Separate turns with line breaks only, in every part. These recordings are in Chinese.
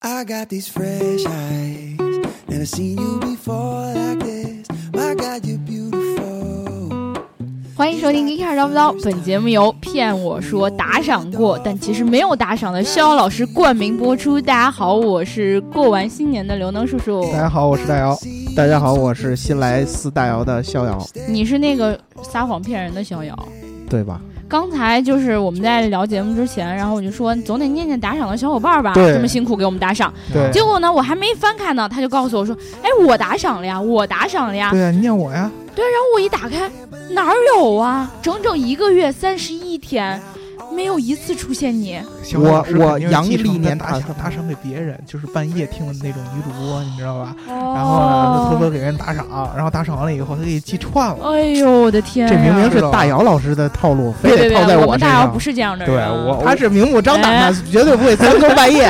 I got these fresh eyes. Never seen you before like this. My God, you're beautiful.
欢迎收听《一看招不招》，本节目由骗我说打赏过但其实没有打赏的逍遥老师冠名播出。大家好，我是过完新年的刘能叔叔
大，家好，我是大姚。
大家好，我是新来四大窑的逍遥，
你是那个撒谎骗人的逍遥。
对吧？
刚才就是我们在聊节目之前，然后我就说总得念念打赏的小伙伴吧，
对
这么辛苦给我们打赏。
对
结果呢，我还没翻看呢，他就告诉我说：“哎，我打赏了呀，我打赏了呀。
对啊，你念我呀，”
我一打开，哪儿有啊？整整一个月三十一天，没有一次出现你。
小马老师
我
肯定是
杨
继承
历年
他
打
打赏打赏给别人，就是半夜听的那种女主播，你知道吧？然后呢，就偷偷
哦，
给人打赏，然后打赏完了以后，他给记串了。
哎呦，我的天、
这明明是
知道吧
大姚老师的套路，
对
非
对
得
对，
套在
我们
身
大姚
上
不。是这样的
对
人啊。
我，
他是明目张
哎
胆的，绝对不会三更半夜，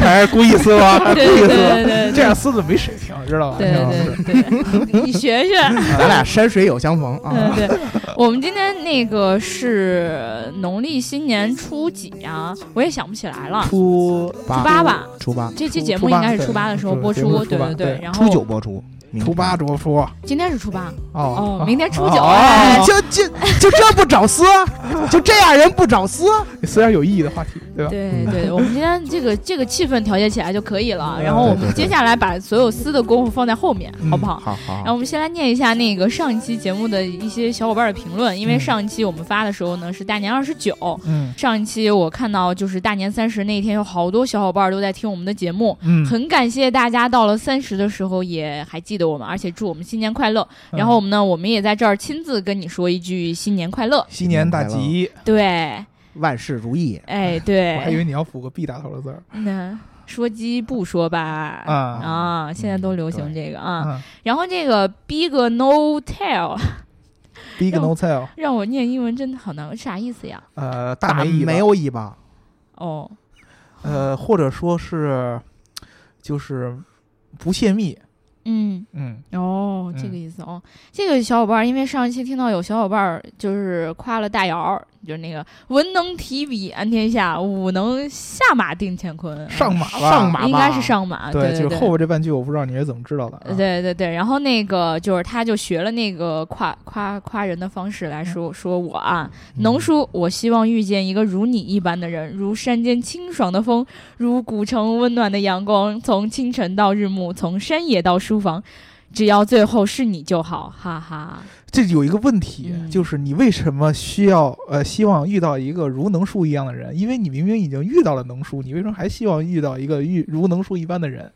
还是故意撕吧，还是
对对
故
对
意撕，
对对，
这样撕的没水平，知道吧？
对
小马老师
对对对 对，你学学。
咱俩山水有相逢
嗯，
啊！
对，我们今天那个是农历新年初几啊？我也想不起来了，
初
八
八吧。
初八，
这期
初
节目
初八
应该是初
对
八的时候
初
播
节目
出，
初
对
八
对
对
然后
初九播出，明
初八
天
着夫
今天是初八，
哦
哦，明天初
哦
九，哎
哦
就就就这不找撕，就这样人不找撕。
虽然有意义的话题，对吧？
对对，我们今天这个这个气氛调节起来就可以了。
嗯
然后我
对
们
对对
接下来把所有撕的功夫放在后面，好不好？
好好
然后我们先来念一下那个上一期节目的一些小伙伴的评论，因为
嗯
上一期我们发的时候呢是大年二十九，
嗯
上一期我看到就是大年三十那一天有好多小伙伴都在听我们的节目，
嗯，
很感谢大家到了三十的时候也还记得我们，而且祝我们新年快乐。
嗯
然后我们呢，我们也在这儿亲自跟你说一句新年快乐。
新年大吉，
对，
万事如意，
哎，
我还以
对，
为你要补个 B 打头的字儿
那说鸡不说吧。
啊
啊，现在都流行这个啊，
啊
然后这个 Big No Tail
，Big No Tail，
让我念英文真的好难，啥意思呀？
呃，
大
大尾巴
没有尾巴，
哦，
呃，或者说是就是不泄密，
嗯，
嗯，
哦，这
嗯
个意思哦，这个小伙伴儿，因为上一期听到有小伙伴儿就是夸了大姚儿，就是那个文能提笔安天下，武能下马定乾坤，啊
呃上马吧，
上马吧
应该是上马，对
就是
对
后。边这半句我不知道你是怎么知道的啊，
呃对对对，然后那个就是，他就学了那个夸夸夸人的方式来说说我啊，
嗯
能叔，我希望遇见一个如你一般的人，如山间清爽的风，如古城温暖的阳光，从清晨到日暮，从山野到书房，只要最后是你就好，哈哈。
这有一个问题，
嗯
就是你为什么需要呃希望遇到一个如能叔一样的人？因为你明明已经遇到了能叔，你为什么还希望遇到一个遇如能叔一般的人？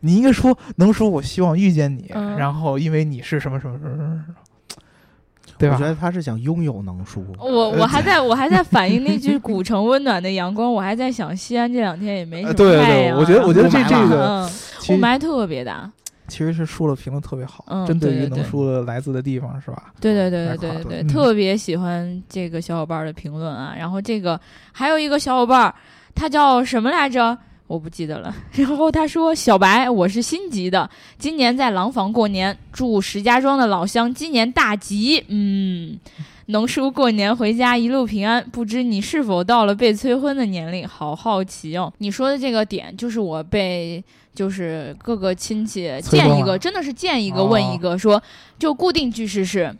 你应该说能叔，我希望遇见你，
嗯
然后因为你是什么什么什么什么，对
我
吧
觉？得他是想拥有能叔。
我我还在我还在反应那句“古城温暖的阳光”，我还在想西安这两天也没什么
呃对对
太阳啊
我觉得我觉
得这这
个
嗯
其
雾
实
霾特别大，
其实是说了评论特别好，
嗯
针
对
于
对
能
对
叔的来自的地方是吧？
对对对
太
对
嗯夸
对
张
对，
了嗯
特别喜欢这个小伙伴儿的评论啊。然后这个还有一个小伙伴儿，他叫什么来着？我不记得了。 然后他说：“小白，我是新集的，今年在廊坊过年，祝石家庄的老乡今年大吉。嗯，能叔过年回家一路平安。不知你是否到了被催婚的年龄？好好奇哦。你说的这个点，就是我被就是各个亲戚
催
见
婚
一
了
个，真的是见一个
哦
问一个，说就固定句式是。”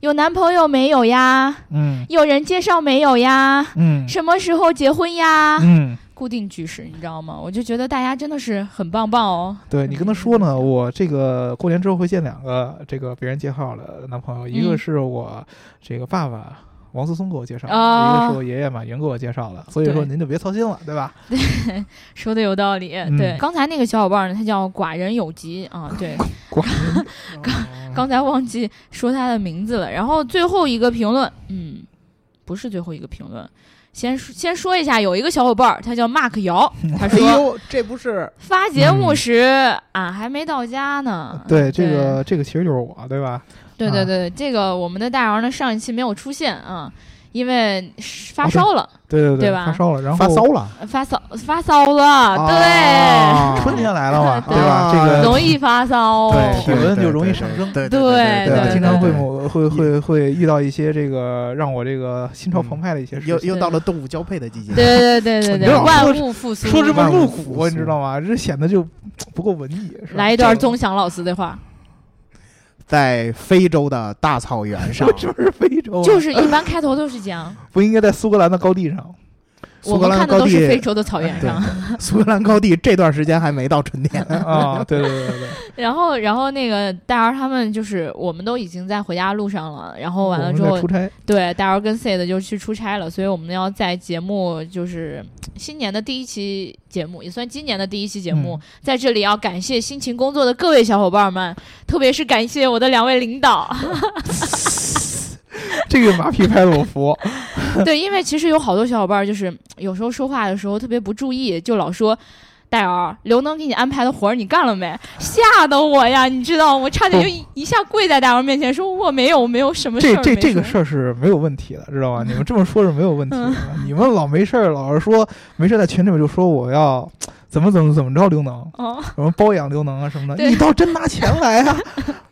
有男朋友没有呀？
嗯
有人介绍没有呀？
嗯
什么时候结婚呀？
嗯，
固定句式，你知道吗？我就觉得大家真的是很棒棒哦。
对你跟他说呢，我这个过年之后会见两个这个别人介绍的男朋友，一个是我这个爸爸。王思聪给我介绍的，
哦
一个是我爷爷马云给我介绍的，所以说
对
您就别操心了，对吧？
说的有道理，
嗯
对。刚才那个小伙伴呢，他叫寡人有疾啊， 对，刚才忘记说他的名字了。然后最后一个评论，嗯，不是最后一个评论。先说先说一下，有一个小伙伴儿，他叫 Mark 姚，他
哎
说
呦，这不是
发节目时、俺还没到家呢。
嗯呃对这个这个其实就是我，对吧？
对对
啊
对，这个我们的大姚呢上一期没有出现啊，因为是发烧
哦
了，
对对
对吧
发烧了，然后
发骚了？
哦
发烧发烧了，对。
啊
春天来了嘛，
对
吧？这个
容易发烧，
对体温
对
就容易
对
上升
对
对
吧
对
经常会
对
某会会会遇到一些这个让我这个心潮澎湃的一些事
又
情。
又到了动物交配的季节，
对对对对
你
对，
这
万物复苏。
说这么
万物
露
复
啊骨，你
苏
知道吗？这显得就不够文艺。是吧
来一段 钟祥老师的话，
在非洲的大草原上
为，什么是非洲啊？
就是一般开头都是这样，
不应该在苏格兰的高地上。
我
苏格
们
兰
看的
高
都是非
地，
洲的草 原上。
苏格兰高地这段时间还没到春天，
啊，对对对对 对，
然后，然后那个大姚他们就是，我们都已经在回家路上了。然后
我
完了
们
之
在
后
出，差，
对大姚跟 C 的就去出差了，所以我们要在节目就是新年的第一期节目，也算今年的第一期节
嗯
目，在这里要感谢辛勤工作的各位小伙伴们，特别是感谢我的两位领 导。
这个马屁拍的我服。
对，因为其实有好多小伙伴儿就是有时候说话的时候特别不注意，就老说。戴尔，刘能给你安排的活儿你干了没？吓得我呀，你知道，我差点就一一下跪在戴尔面前，说我没有，没有什么事
哦这
儿。
这
没
这个
什么
事儿是没有问题的，知 道吧？你们这么说是没有问题的。
嗯
你们老没事儿，老是说没事，在群里面就说我要怎么怎么怎么着刘能，
哦，
什么包养刘能啊什么的，
对
你倒真拿钱来 啊，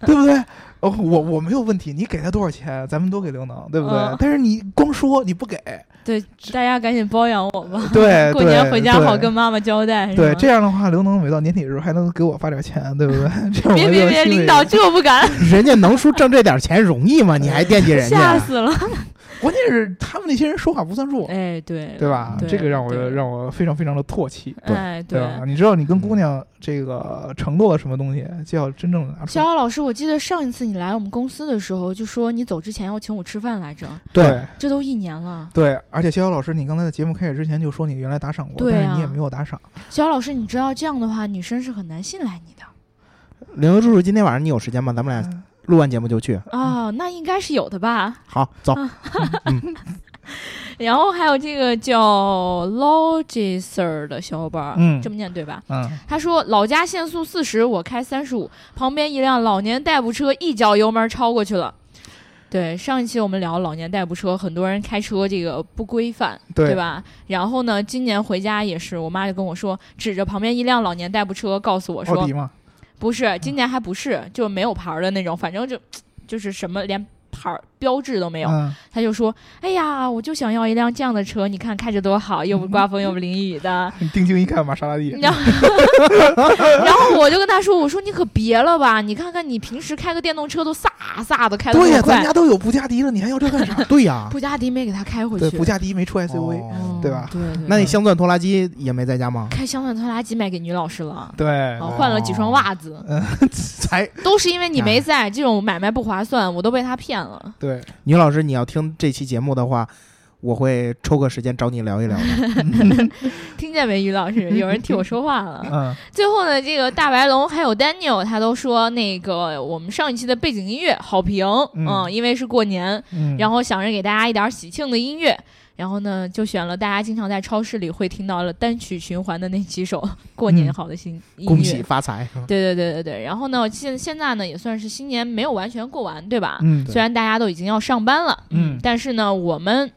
对不对？哦，我我没有问题，你给他多少钱，咱们都给刘能，对不对？
嗯
但是你光说你不给，
对，大家赶紧包养我 吧，
对，
过年
对
回家好
对
跟妈妈交代。是
对，
吗
这样的话，刘能每到年底的时候还能给我发点钱，对不 对？这样我
别
就
别别，
心里
领导这不敢，
人家能叔挣这点钱容易吗？你还惦记人
吓
家？啊
死了。
关键是他们那些人说话不算数，
哎，对，
对吧？
对
这个让我
对
让我非常非常的唾弃。
哎，
对啊吧？你知道你跟姑娘这个承诺了什么东西，就要真正地拿出
逍
来。
遥老师，我记得上一次你来我们公司的时候，就说你走之前要请我吃饭来着，
对
这都一年了。
对，而且逍遥老师，你刚才在节目开始之前就说你原来打赏过，
对啊
但是你也没有打赏。
小姚老师，你知道这样的话，女生是很难信赖你的
刘能叔叔，今天晚上你有时间吗？咱们俩
嗯
录完节目就去。
哦，那应该是有的吧。
好，走。
啊然后还有这个叫 Logiser 的小伙伴儿，
嗯
啊这么念对吧？
嗯，
他说老家限速四十，我开三十五，旁边一辆老年代步车一脚油门超过去了。对，上一期我们聊老年代步车，很多人开车这个不规范，
对
吧？然后呢，今年回家也是，我妈就跟我说，指着旁边一辆老年代步车告诉我说，
奥迪嘛，
不是，今年还不是，就没有牌儿的那种，反正就就是什么连牌儿标志都没有。
嗯，
他就说：“哎呀，我就想要一辆这样的车，你看开着多好，又不刮风又不淋雨的。
你定睛一看，玛莎拉蒂，
然后，然后 我就跟他说：“我说你可别了吧，你看看你平时开个电动车都飒飒的开得多
对呀，咱
快
家，都有布加迪了，你还要这 干啥？
对呀，
布加迪没给他开回
对，
去
布。加迪没出 SUV，
哦”
哦
对吧
对对
那你镶钻拖拉机也没在家吗？
开镶钻拖拉机卖给女老师了。
对
啊，换了几双袜子，
哦
才
都是因为你
哎
没在，这种买卖不划算，我都被他骗了。
对，
女老师，你要听这期节目的话，我会抽个时间找你聊一聊的。
听见没，于老师？有人替我说话 了。
嗯，
最后呢，这个大白龙还有 Daniel，他都说那个我们上一期的背景音乐好评，嗯
嗯
因为是过年，
嗯
然后想着给大家一点喜庆的音乐，然后呢就选了大家经常在超市里会听到了单曲循环的那几 首过年好的新
嗯
音乐。
恭喜发财！
对对对对对，然后呢，现现在呢也算是新年没有完全过完，对吧？
嗯，
虽然大家都已经要上班了，
嗯
但是呢，我们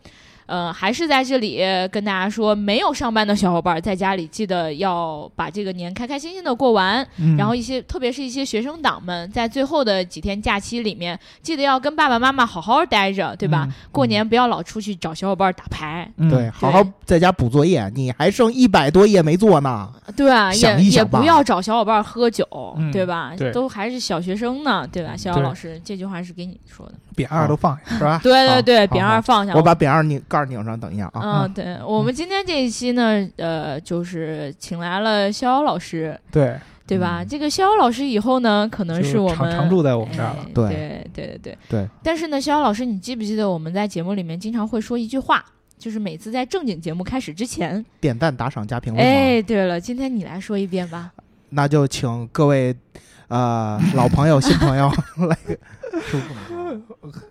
呃还是在这里跟大家说，没有上班的小伙伴儿在家里记得要把这个年开开心心的过完。
嗯
然后一些，特别是一些学生党们，在最后的几天假期里面，记得要跟爸爸妈妈好好待着，对吧？？过年不要老出去找小伙伴儿打牌，
嗯
对，，好好在家补作业，你还剩一百多页没做呢。
对啊，
想
也
一
也
想吧
不要找小伙伴儿喝酒，
嗯
对吧？
对
都还是小学生呢，对吧？小姚
对
老师，这句话是给你说的。
嗯扁二
啊
都放下，
是吧？
对对对，
好
别
好
二放下，
我把扁二拧盖儿拧上，等一下啊。
嗯，对我们今天这一期呢，呃，就是请来了逍遥老师，
对，
对吧？这个逍遥老师以后呢，可能是
就
我
常
们
常住在我们
哎
这儿了。
对
对对对对
对。
但是呢，逍遥老师，你记不记得我们在节目里面经常会说一句话？就是每次在正经节目开始之前，
点赞、打赏、加评论。
哎，对了，今天你来说一遍吧。
那就请各位呃老朋友、新 朋友来，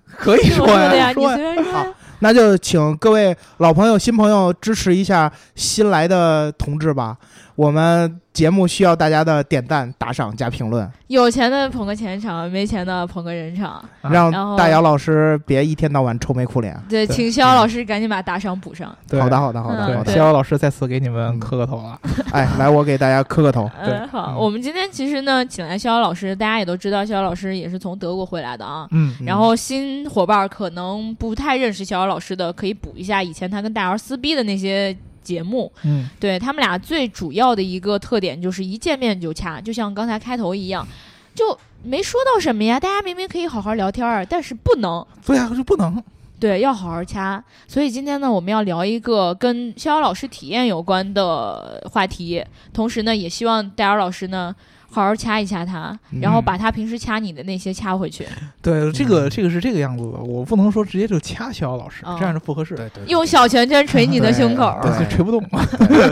可以
我说
说
的呀，
呀，
啊你
说
随
呀，
便说呀。
那就请各位老朋友、新朋友支持一下新来的同志吧。我们节目需要大家的点赞、打赏加评论，
有钱的捧个钱场，没钱的捧个人场。
啊
让
然后
大姚老师别一天到晚愁眉苦脸。
对，
对
请逍遥老师赶紧把打赏补上。
对
好的，。好的，好的，嗯
嗯
好
对，
的。
逍遥老师再次给你们磕个头 啊！
哎，来，我给大家磕个头。
对
嗯，好，
嗯
我们今天其实呢，请来逍遥老师，大家也都知道，逍遥老师也是从德国回来的啊。
嗯，
然后新伙伴可能不太认识逍遥老师的，可以补一下以前他跟大姚撕逼的那些节目。
嗯，
对他们俩最主要的一个特点就是一见面就掐，就像刚才开头一样，就没说到什么呀。大家明明可以好好聊天儿，但是不能。
对呀，啊就不能
对，要好好掐。所以今天呢，我们要聊一个跟逍遥老师体验有关的话题，同时呢，也希望戴尔老师呢好好掐一掐他，然后
嗯
把他平时掐你的那些掐回去，
对这
嗯
个这个是这个样子的，我不能说直接就掐逍遥老师
哦，
这样是不合适，
对对，
用小拳拳捶你的胸口儿。
对
就捶不动。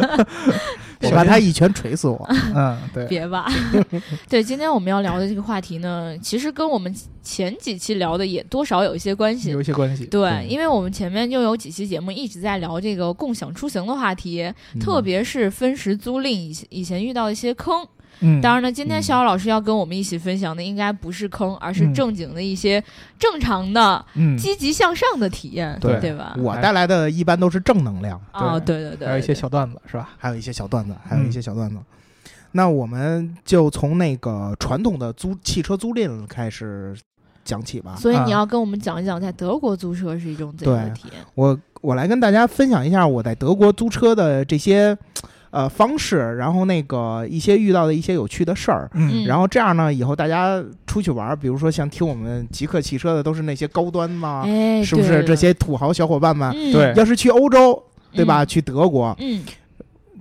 我怕他一拳捶死我。
嗯，对，
别吧，对，今天我们要聊的这个话题呢，其实跟我们前几期聊的也多少有一些关系
有。一些关系。
对，因为我们前面就有几期节目一直在聊这个共享出行的话题，
嗯
特别是分时租赁以前以前遇到的一些坑。
嗯，
当然呢，今天
嗯
逍遥老师要跟我们一起分享的应该不是坑，而是
嗯
正经的一些正常的、
嗯，
积极向上的体验，
对
对吧？
我带来的一般都是正能量，
哦，对对对对，
还有一
对
些小段子是吧？
还有一些小段子，还有
嗯
一些小段子。那我们就从那个传统的租汽车租赁开始讲起吧。
所以
啊
你要跟我们讲一讲，在德国租车是一种怎样的
对
体验？
我我来跟大家分享一下我在德国租车的这些呃方式，然后那个一些遇到的一些有趣的事儿。
嗯
然后这样呢，以后大家出去玩儿，比如说像听我们极客汽车的，都是那些高端嘛，
哎，
啊是不
对
是？这，些土豪小伙伴们，
对
对
对
要是去欧洲，对吧？
嗯
去德国，
嗯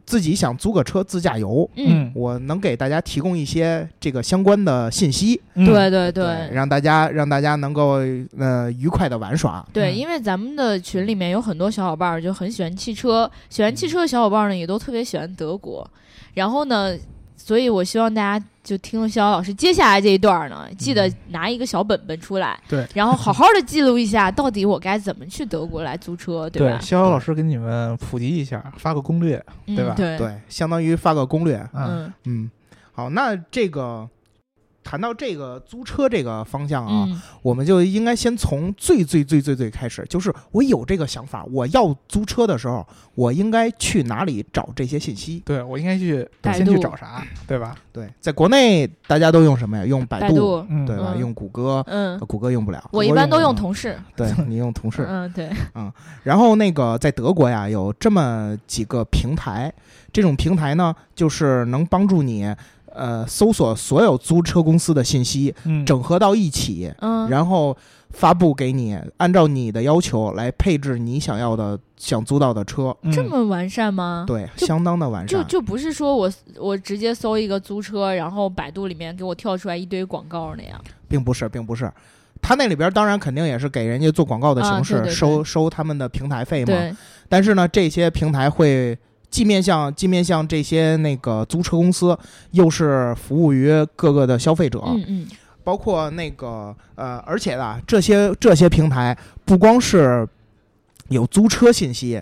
自己想租个车自驾游，
嗯，
我能给大家提供一些这个相关的信息，
嗯，
对对
对，让大家让大家能够呃愉快的玩耍。
对，
嗯
因为咱们的群里面有很多小伙伴儿就很喜欢汽车，喜欢汽车的小伙伴儿呢也都特别喜欢德国。然后呢，所以我希望大家就听了逍遥老师接下来这一段儿呢，记得拿一个小本本出来，
对
然后好好的记录一下到底我该怎么去德国来租车，
对
吧？
逍遥老师给你们普及一下，发个攻略。
嗯
对吧
对，
对，相当于发个攻略。
嗯
嗯
嗯，好，那这个谈到这个租车这个方向啊，
嗯
我们就应该先从最最最最最开始，就是我有这个想法，我要租车的时候，我应该去哪里找这些信息？
对我应该去
百
先去
度
找啥，对吧？
对，在国内大家都用什么呀？用百
百
度，
度，
嗯
对吧？
嗯
用谷歌，
嗯，
呃谷歌用不了，
我一
我
般
用
都用
嗯
同事，
对你用同事。
嗯，对，
然后那个在德国呀，有这么几个平台，这种平台呢，就是能帮助你，呃，搜索所有租车公司的信息，
嗯
整合到一起，
嗯，
然后发布给你，按照你的要求来配置你想要的、想租到的车。
这
嗯
么完善吗？
对，
就
相当的完
就
善。
就不是说我我直接搜一个租车，然后百度里面给我跳出来一堆广告那样。
并不是，并不是。他那里边当然肯定也是给人家做广告的
啊
形式，
对对对
收收他们的平台费嘛。
对，
但是呢，这些平台会既面向既面向这些那个租车公司，又是服务于各个的消费者，
嗯嗯，
包括那个呃，而且呢，这些这些平台不光是有租车信息，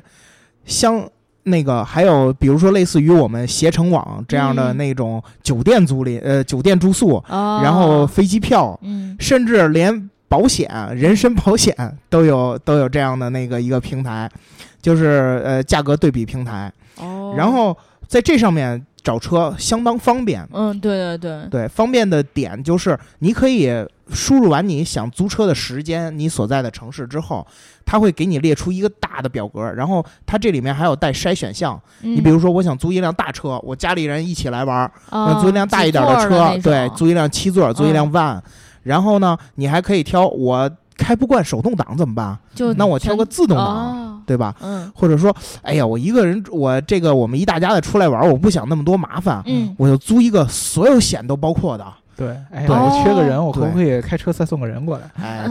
相。那个还有，比如说类似于我们携程网这样的
嗯
那种酒店租赁，呃，酒店住宿，
哦，
然后飞机票，
嗯
甚至连保险、人身保险都有 都有这样的那个一个平台，就是呃价格对比平台。
哦，
然后在这上面找车相当方便，
嗯，对对对，
对，方便的点就是你可以输入完你想租车的时间、你所在的城市之后，它会给你列出一个大的表格，然后它这里面还有带筛选项。
你
你比如说，我想租一辆大车，我家里人一起来玩儿，那
啊，
租一辆大一点
几座
车
那，
对，
种嗯
租一辆七座，租一辆 van，、然后呢，你还可以挑我开不惯手动挡怎么办？
就
那我挑个自动挡，
哦，
对吧？
嗯
或者说，哎呀，我一个人，我这个我们一大家子出来玩，我不想那么多麻烦，
嗯
我就租一个所有险都包括的，
对，哎呀，
对
我缺个人，我可
对
不可以开车再送个人过来？
哎，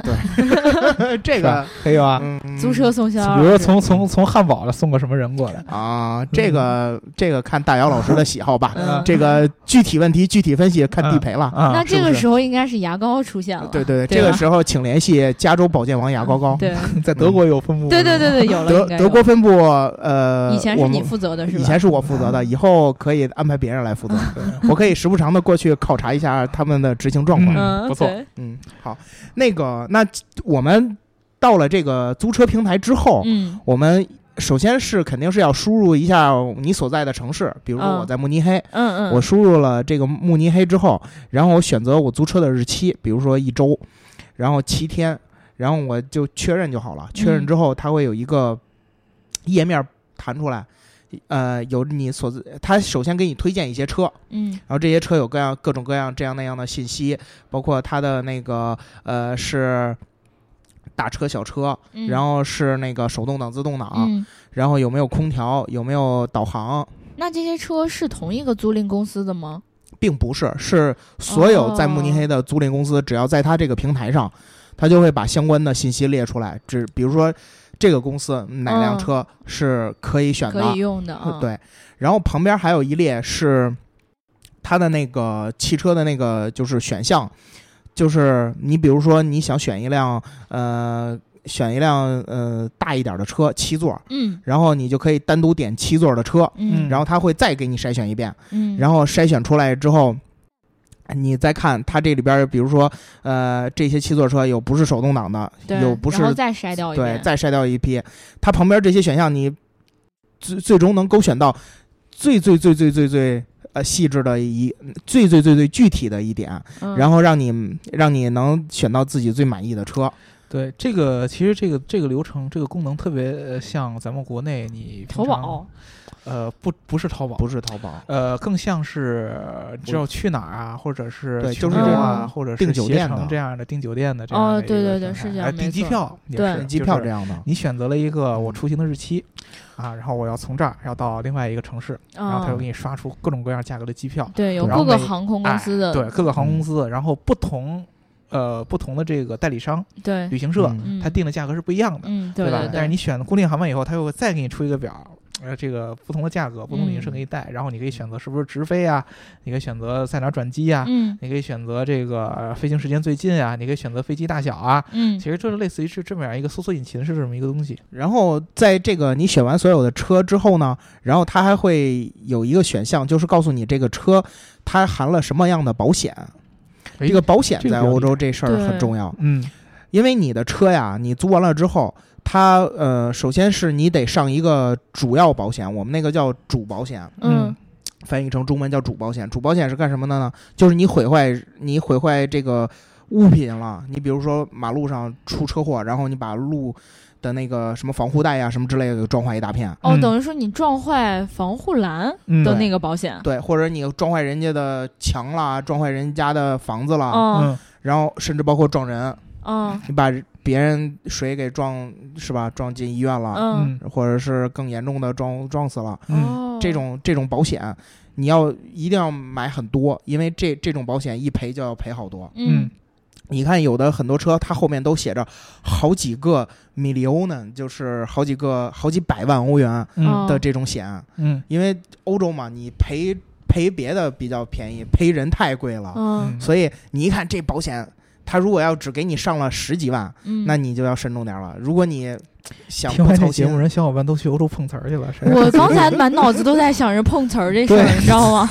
对，这个
可以吧？
嗯
租车送小
比
老师，
如说从从从汉堡了送个什么人过来？
啊，这个这个看大姚老师的喜好吧。
嗯
这个具体问题具体分析，看地陪了。
啊
那，这
是不
个
是
时候应该是牙膏出现了，
对
对啊
对对，这个
吧
时候请联系加州保健王牙膏膏。
对
在德国有分布。
对对对嗯对，有了，
德
应该有
德国分部，呃，
以前
我
是
们
你负责的是吧？
以前是我负责的，以后可以安排别人来负责。 我可以时不常的过去考察一下他们的执行状况。
嗯
嗯嗯，
不错
对
嗯，好，那个，那我们到了这个租车平台之后，
嗯
我们首先是肯定是要输入一下你所在的城市，比如说
嗯
我在慕尼黑，
嗯嗯，
我输入了这个慕尼黑之后，然后我选择我租车的日期，比如说一周，然后七天，然后我就确认就好
嗯
了。确认之后，它会有一个页面弹出来，呃，有你所自，它首先给你推荐一些车，
嗯
然后这些车有各样各种各样这样那样的信息，包括它的那个呃是大车小车，
嗯，
然后啊是那个手动挡自动挡，
嗯，
然后有没有空调，有没有导航，
那这些车是同一个租赁公司的吗？
并不是，是所有在慕尼黑的租赁公司，只要在它这个平台上，它就会把相关的信息列出来。只比如说，这个公司嗯哪辆车是可以选的，
哦可以用的啊，，
对。然后旁边还有一列是它的那个汽车的那个就是选项，就是你比如说你想选一辆呃选一辆呃大一点的车七座，
嗯
然后你就可以单独点七座的车，
嗯
然后它会再给你筛选一遍。
嗯，
然后筛选出来之后，你再看它这里边儿，比如说，呃，这些七座车有不是手动挡的，
对
有不是
然后再筛掉一
对，
遍，
再筛掉一批。它旁边这些选项，你最最终能勾选到最最最最最最呃细致的一最最最最具体的一点，
嗯
然后让你让你能选到自己最满意的车。
对，这个其实这个这个流程这个功能特别呃像咱们国内你
淘
平常
宝，
呃不不是淘宝，
不是淘宝，
呃更像是呃你知道去哪儿啊，或者是
对
去
就是
这
哪儿
种
啊，或者是
订酒
携
店
程
的
这样的订酒店的这
哦
样的一
对
个
对对
平台
是这样
哎
没
订机
错
票也
对
是
机票
就是
这样的。
你选择了一个我出行的日期，啊，然后我要从这儿要到另外一个城市，然后他就
嗯
给你刷出各种各样价格的机票，
对，有
然后
各个
每
航空公司的
哎对各个航空公司，然后不同呃不同的这个代理商、
对
旅行社，
嗯
嗯
它定的价格是不一样的，
嗯，对
吧？
对，
但是你选了固定航班以后，它又会再给你出一个表。呃，这个不同的价格，不同的旅行社给
嗯
你带，然后你可以选择是不是直飞啊，你可以选择在哪儿转机呀、
嗯
你可以选择这个、呃飞行时间最近啊，你可以选择飞机大小啊，
嗯
其实就是类似于是这么样一个搜索引擎是这么一个东西。
然后在这个你选完所有的车之后呢，然后它还会有一个选项，就是告诉你这个车它含了什么样的保险。这
哎
个保险
这个
在
比较
欧洲
厉
这事儿很重要，
嗯，
因为你的车呀，你租完了之后，它呃，首先是你得上一个主要保险，我们那个叫主保险，
嗯
翻译成中文叫主保险。主保险是干什么的呢？就是你毁坏你毁坏这个物品了，你比如说马路上出车祸，然后你把路的那个什么防护带呀、什么之类的给撞坏一大片。
哦，
嗯
等于说你撞坏防护栏
嗯，
的那个保险，
对，或者你撞坏人家的墙啦，撞坏人家的房子啦，
嗯
嗯，
然后甚至包括撞人，
嗯
你把别人谁给撞是吧？撞进医院了，
嗯
嗯
或者是更严重的撞撞死了，
嗯
哦，
这种这种保险你要一定要买很多，因为这这种保险一赔就要赔好多。
嗯
你看有的很多车，它后面都写着好几个 million，就是好几个好几百万欧元
嗯
的这种险，啊
嗯
因为欧洲嘛，你赔赔别的比较便宜，赔人太贵了。
嗯
所以你一看这保险，它如果要只给你上了十几万，
嗯，
那你就要慎重点了。如果你想
听
不
完这
操
节
心
目，，人小伙伴都去欧洲碰瓷儿去了。谁
我刚才满脑子都在想着碰瓷儿这事儿，
对
你知道吗？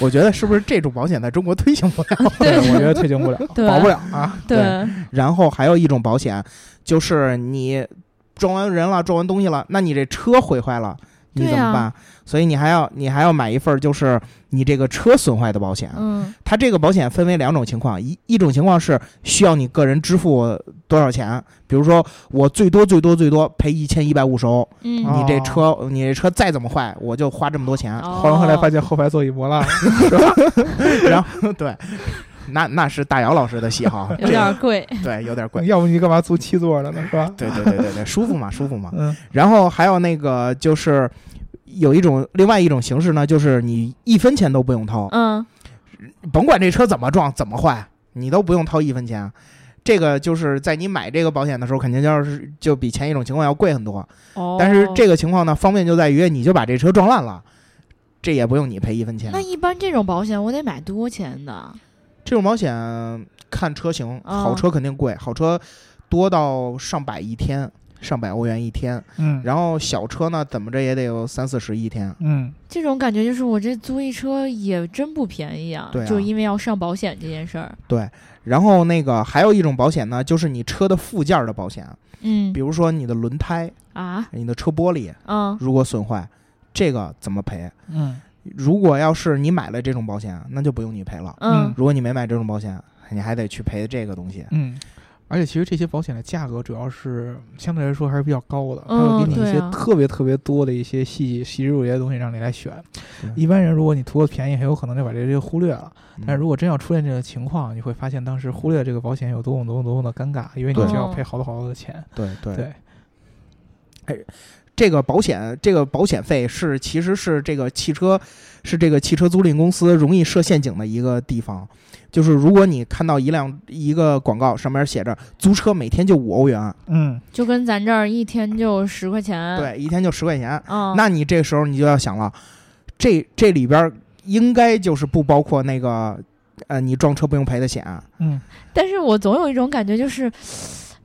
我觉得是不是这种保险在中国推行不了，
对，我觉得推行不了。
对，
保不了啊？
对，
然后还有一种保险，就是你撞完人了，撞完东西了，那你这车毁坏了。你
对
怎么
啊
办？所以你还要你还要买一份儿，就是你这个车损坏的保险。
嗯
它这个保险分为两种情况，一一种情况是需要你个人支付多少钱，比如说我最多最多最多赔一千一百五十欧，
嗯，哦
你这车你这车再怎么坏，我就花这么多钱。
换完后来发
现
现后排座椅磨烂了，
然后对，那那是大姚老师的喜好，
有
这
点
个
儿贵，
对有点贵。
要不你干嘛租七座的呢？是吧？
对对对对对，舒服嘛，舒服嘛。
嗯
然后还有那个就是有一种另外一种形式呢，就是你一分钱都不用掏，
嗯
甭管这车怎么撞怎么坏，你都不用掏一分钱。这个就是在你买这个保险的时候，肯定就是就比前一种情况要贵很多。
哦，
但是这个情况呢，方便就在于你就把这车撞烂了，这也不用你赔一分钱
那。一般这种保险我得买多钱的？
这种保险看车型，
哦
好车肯定贵，好车多到上百一天，上百欧元一天。
嗯
然后小车呢，怎么着也得有三四十一天。
嗯，
这种感觉就是我这租一车也真不便宜啊，
对啊
就因为要上保险这件事儿。
然后那个还有一种保险呢，就是你车的附件儿的保险，啊
嗯
比如说你的轮胎、
啊，
你的车玻璃
嗯
如果损坏，这个怎么赔？
嗯
如果要是你买了这种保险，啊那就不用你赔了。
嗯
嗯
如果你没买这种保险，你还得去赔这个东西。
嗯。而且其实这些保险的价格主要是相对来说还是比较高的，它
嗯
会给你一
对
些
啊
特别特别多的一些细细枝入节的东西让你来选
对。
一般人如果你图个便宜，很有可能就把这些忽略了。但是
嗯
如果真要出现这个情况，你会发现当时忽略这个保险有多么多么多么的尴尬，因为你
对
就要赔好多好多的钱。
嗯对对
对，
这个保险，这个保险费是其实是这个汽车，是这个汽车租赁公司容易设陷阱的一个地方。就是如果你看到一辆一个广告上面写着租车每天就五欧元，
嗯
就跟咱这儿一天就十块钱。，
对，一天就十块钱，
嗯，
那你这时候你就要想了，这这里边应该就是不包括那个呃你撞车不用赔的险，
嗯
但是我总有一种感觉就是。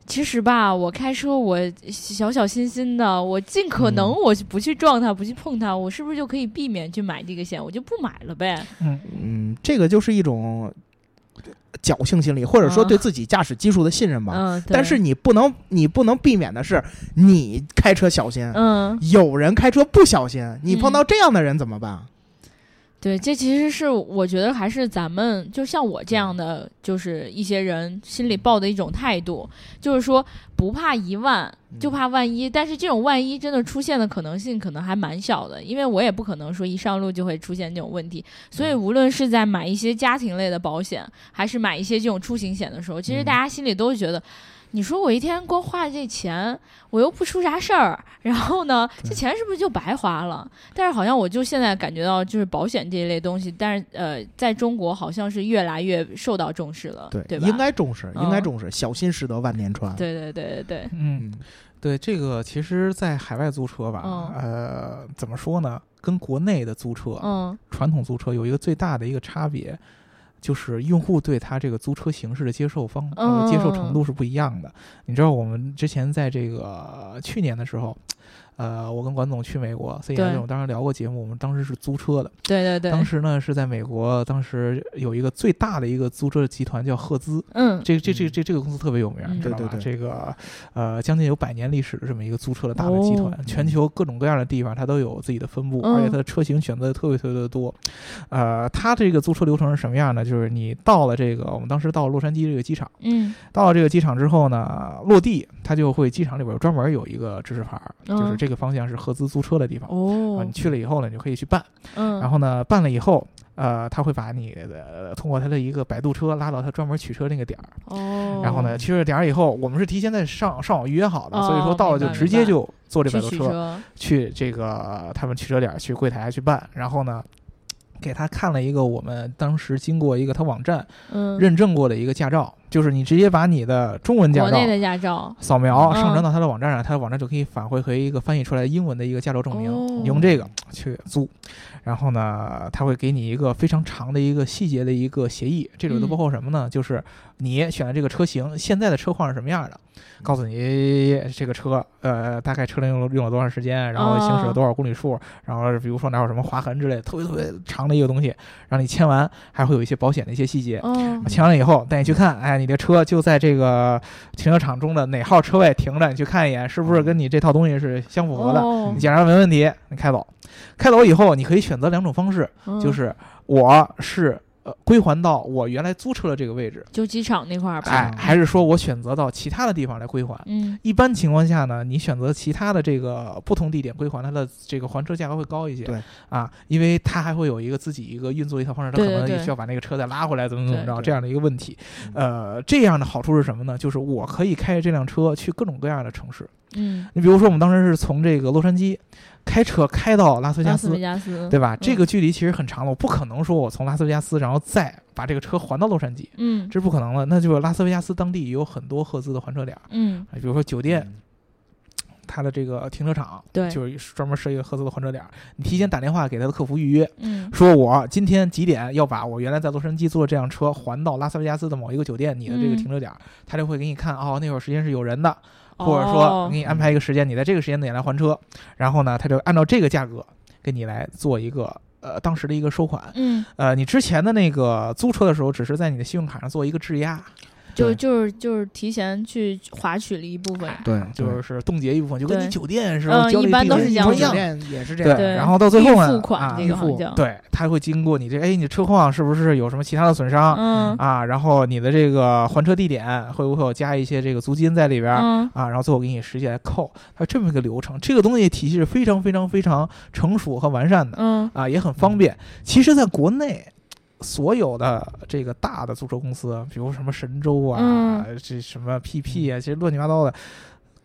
其实吧，我开车我小小心心的，我尽可能
嗯
我不去撞它，不去碰它，我是不是就可以避免去买这个险？我就不买了呗。
嗯
嗯，这个就是一种侥幸心理，或者说
啊
对自己驾驶技术的信任吧。
嗯，对
但是你不能，你不能避免的是，你开车小心，
嗯，
有人开车不小心，你碰
嗯
到这样的人怎么
啊
办？
对，这其实是我觉得还是咱们就像我这样的，就是一些人心
嗯
里抱的一种态度，就是说不怕一万，
嗯
就怕万一。但是这种万一真的出现的可能性可能还蛮小的，因为我也不可能说一上路就会出现这种问题。所以
嗯
无论是在买一些家庭类的保险，还是买一些这种出行险的时候，其实
嗯
大家心里都觉得。你说我一天光花这钱，我又不出啥事儿，然后呢，这
对
钱是不是就白花了？但是好像我就现在感觉到，就是保险这一类东西，但是呃，在中国好像是越来越受到重视了，对吧？
应该重视，应该
嗯
重视，小心驶得万年船。，
对对对对 对，
嗯，
嗯，
对，这个其实，在海外租车吧，
嗯
呃，怎么说呢？跟国内的租车，
嗯
传统租车有一个最大的一个差别，就是用户对它这个租车形式的接受方、
嗯
呃、接受程度是不一样的。你知道，我们之前在这个去年的时候，呃，我跟管总去美国，所以
对
我们当时聊过节目，我们当时是租车的。
对对
当
对，
时呢是在美国，当时有一个最大的一个租车集团叫赫兹，
嗯
这这这这这个公司特别有名，
嗯
知道吧？
对对对
这个呃，将近有百年历史的这么一个租车的大的集团，
哦
全球各种各样的地方它都有自己的分布，
嗯
而且它的车型选择特别特别的多。呃，它这个租车流程是什么样呢？就是你到了这个，我们当时到洛杉矶这个机场，
嗯
到了这个机场之后呢，落地它就会机场里边专门有一个指示牌儿，
嗯
就是这个方向是合资租车的地方。啊，
哦
你去了以后呢，你就可以去办。
嗯，
然后呢，办了以后，呃，他会把你的呃通过他的一个摆渡车拉到他专门取车那个点儿。
哦，
然后呢，去了点儿以后，我们是提前在上上网预约好的，所以
哦
说到了就
明白
直接
明白
就坐这摆
去
渡
取
车
车，
去这个他们取车点儿去柜台去办，然后呢。给他看了一个我们当时经过一个他网站
嗯，
认证过的一个驾照，就是你直接把你的中文驾
国
照
内的驾照，
扫描
嗯
上传到他的网站上，他的网站就可以返回和一个翻译出来英文的一个驾照证明，
哦
你用这个去租，然后呢，他会给你一个非常长的一个细节的一个协议，这里头
嗯
包括什么呢？就是你选的这个车型，现在的车况是什么样的，告诉你这个车呃大概车龄用了用了多长时间，然后行
哦
驶了多少公里数，然后比如说哪有什么划痕之类的，特别特别长的一个东西，让你签完还会有一些保险的一些细节，啊
哦，
签完了以后带你去看，哎，你这车就在这个停车场中的哪号车位停着，你去看一眼，是不是跟你这套东西是相符合的？
哦
你检查没问题，你开走。开走以后，你可以选择两种方式，
嗯
就是我是呃归还到我原来租车的这个位置，
就机场那块儿吧，
哎，还是说我选择到其他的地方来归还？
啊嗯
一般情况下呢，你选择其他的这个不同地点归还，它的这个还车价格会高一些。
对
啊，因为它还会有一个自己一个运作一套方式，它
对
可
对
能也
对
需要把那个车再拉回来，怎么怎么
对
着
对
这样的一个问题。
嗯
呃，这样的好处是什么呢？就是我可以开着这辆车去各种各样的城市。
嗯，
你比如说，我们当时是从这个洛杉矶开车开到拉斯维加
拉斯
斯
维。加斯，
对吧？
嗯
这个距离其实很长了，我不可能说我从拉斯维加斯，然后再把这个车还到洛杉矶，
嗯
这是不可能的。那就是拉斯维加斯当地也有很多赫兹的还车点儿，哎
嗯
比如说酒店，它的这个停车场，
对
就是专门设一个合资的还车点儿。你提前打电话给他的客服预约，
嗯
说我今天几点要把我原来在洛杉矶坐的这辆车还到拉斯维加斯的某一个酒店，你的这个
嗯
停车点儿，他就会给你看哦，那会儿时间是有人的，或者说
哦
给你安排一个时间，你在这个时间点来还车，然后呢，他就按照这个价格给你来做一个呃当时的一个收款。
嗯，
呃，你之前的那个租车的时候，只是在你的信用卡上做一个质押，
就
对
就是就是提前去划取了一部分，
对，
就是冻结一部分，就跟
对
你酒店是
嗯
吧？交
一
了
般
定
都
金
是这
不
样
一
的
样
也是这
对，
样，
对
然后到最后
预
呢，
付款
啊
这个
预
好
付
像，
对，他会经过你这，哎，你车况是不是有什么其他的损伤、
嗯
啊？然后你的这个还车地点会不会有加一些这个租金在里边儿、
嗯
啊？然后最后给你实际来扣，它这么一个流程，这个东西体系是非常非常非常成熟和完善的、
嗯
啊，也很方便。其实，在国内。所有的这个大的租车公司，比如什么神州啊，
嗯
这什么 PP 啊，其实乱七八糟的，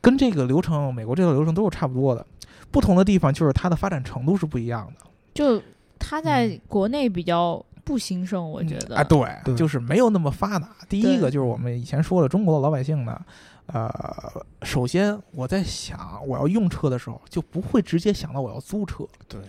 跟这个流程，美国这个流程都是差不多的。不同的地方就是它的发展程度是不一样的。
就它在国内比较不兴盛，我
嗯
觉得
啊，对，
对
就是没有那么发达。第一
对
个就是我们以前说的，中国的老百姓呢，呃，首先我在想我要用车的时候，就不会直接想到我要租车。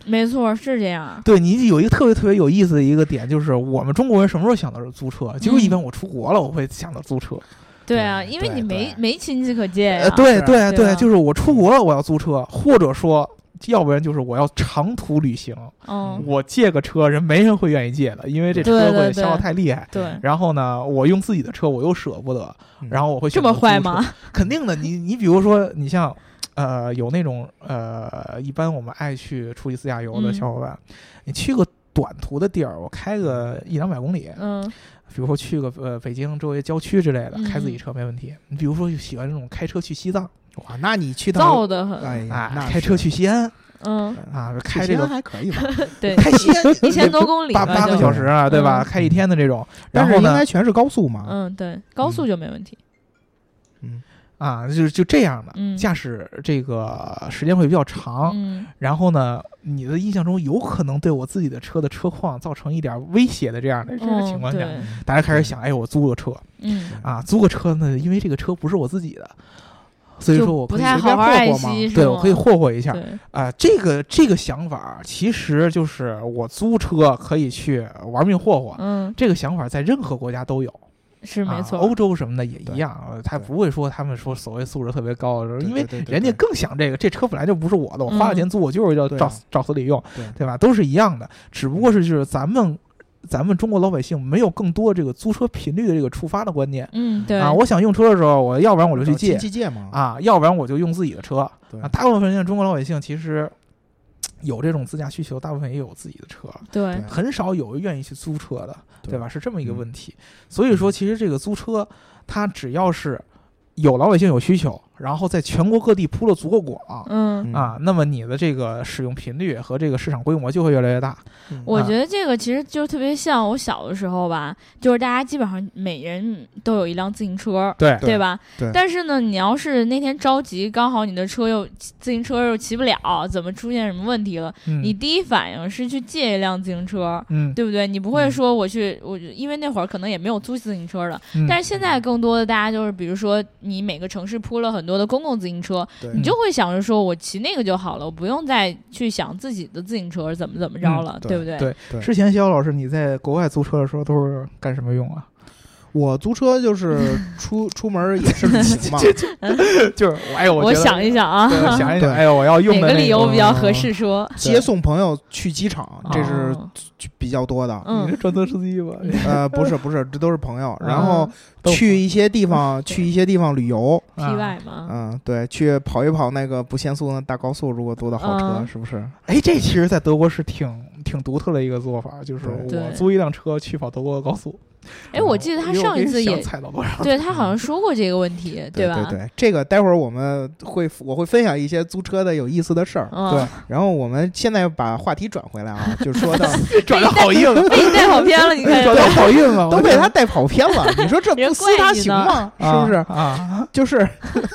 没错是这样，
对你有一个特别特别有意思的一个点，就是我们中国人什么时候想到是租车？
嗯
结果一般我出国了，我会想到租车。
对啊，因为
对
你没
对
没亲戚可借呀
呃，，对
是
对
啊对吧
就是我出国了，我要租车，或者说。要不然就是我要长途旅行，
嗯
我借个车，人没人会愿意借的，因为这
对
车
对
会消耗
对
太厉害。
对，
然后呢，我用自己的车，我又舍不得，
嗯
然后我会
这
选
么
择
坏
租车
吗？？
肯定的，你你比如说，你像呃有那种呃，一般我们爱去出去自驾游的
嗯
小伙伴，你去个短途的地儿，我开个一两百公里，
嗯
比如说去个呃北京周围郊区之类的，开自己
嗯
车没问题。你比如说喜欢这种开车去西藏
哇，那你去到
造的很，
哎呀，
啊
那，
开车
是
去西安
嗯
啊，
去
开
西
这
安
个
还可 以吧，
对，
开西安
一千多公里
八
吧
八个
就
小时啊，对吧？
嗯
开一天的这种，
但
然
是
后
应
呢
该全是高速嘛，
嗯，对，高速就没问题。
嗯，
啊，就就这样的
嗯
驾驶这个时间会比较长，
嗯，
然后呢，你的印象中有可能对我自己的车的车况造成一点威胁的这样的这种
嗯
情况下，
对
大家开始想，哎，我租个车
嗯，
啊，租个车呢，因为这个车不是我自己的，所以
就
说我
不
可以
太
随便
好好爱
霍霍嘛
惜是，
对
吗
我可以霍霍一下
对，
啊。这个这个想法其实就是我租车可以去玩命霍霍，
嗯，
这个想法在任何国家都有。
是没错
啊，。欧洲什么的也
对
一样，呃他
对
不会说他们说所谓素质特别高，因为
对对对
人家
对
更想这个，这车本来就不是我的，我花了
嗯
钱租，我就是要
对
照
啊
照死里用
对，
对吧？都是一样的，只不过是就是咱们咱们中国老百姓没有更多这个租车频率的这个触发的观念
嗯，对
啊。我想用车的时候，我要不然我就去
找亲
借
戚借嘛，
啊，要不然我就用自己的车啊。
对
大部分现在中国老百姓其实。有这种自驾需求，大部分也有自己的车，
对
对
很少有愿意去租车的。对吧？？是这么一个
嗯
问题。所以说，其实这个租车，它只要是有老百姓有需求，然后在全国各地铺了足够广、
嗯，
嗯
啊，，那么你的这个使用频率和这个市场规模就会越来越大。
嗯
我
啊
觉得这个其实就特别像我小的时候吧，就是大家基本上每人都有一辆自行车。
对
对
吧？
对
但是呢，你要是那天着急，刚好你的车又自行车又骑不了，怎么出现什么问题了？
嗯
你第一反应是去借一辆自行车，
嗯，
对不对？你不会
嗯
说我去，我就因为那会儿可能也没有租自行车的，
嗯
但是现在更多的大家就是，比如说你每个城市铺了很多的公共自行车，
对
你就会想着说我骑那个就好了，我不用再去想自己的自行车怎么怎么着了，
嗯对
不对？
对之前肖老师你在国外租车的时候都是干什么用啊？
我租车就是出 出门也是旅行 嘛，
就是哎呦，
我
觉得
想一想啊，
对想一想，
对
哎呦，我要用
哪
的
个理由比较合
适？
适说？
接送朋友去机场，嗯这是
哦
比较多的。
你是
嗯
专车司机吧？
呃，不是不是，这都是朋友。然
嗯
后
嗯都
去一些地方，去一些地方旅游，
P
啊
Y 嘛，
嗯，对，去跑一跑那个不限速的大高速，如果租的好车，
嗯
是不是？
哎，这其实，在德国是挺挺独特的一个做法，就是
对
我
对
租一辆车去跑德国的高速，
哎，我记得他
因为
上一次
想
也
踩到多少？
对他好像说过这个问题，
对
吧？
对，这个待会儿我们会我会分享一些租车的有意思的事儿。
嗯，
然后我们现在把话题转回来啊，就 说 到
转的好硬， 啊
被你带跑偏了，你看
转的好硬 啊！
都被他带跑偏了，你说这不撕他行吗？
我
是不是？
啊？
就是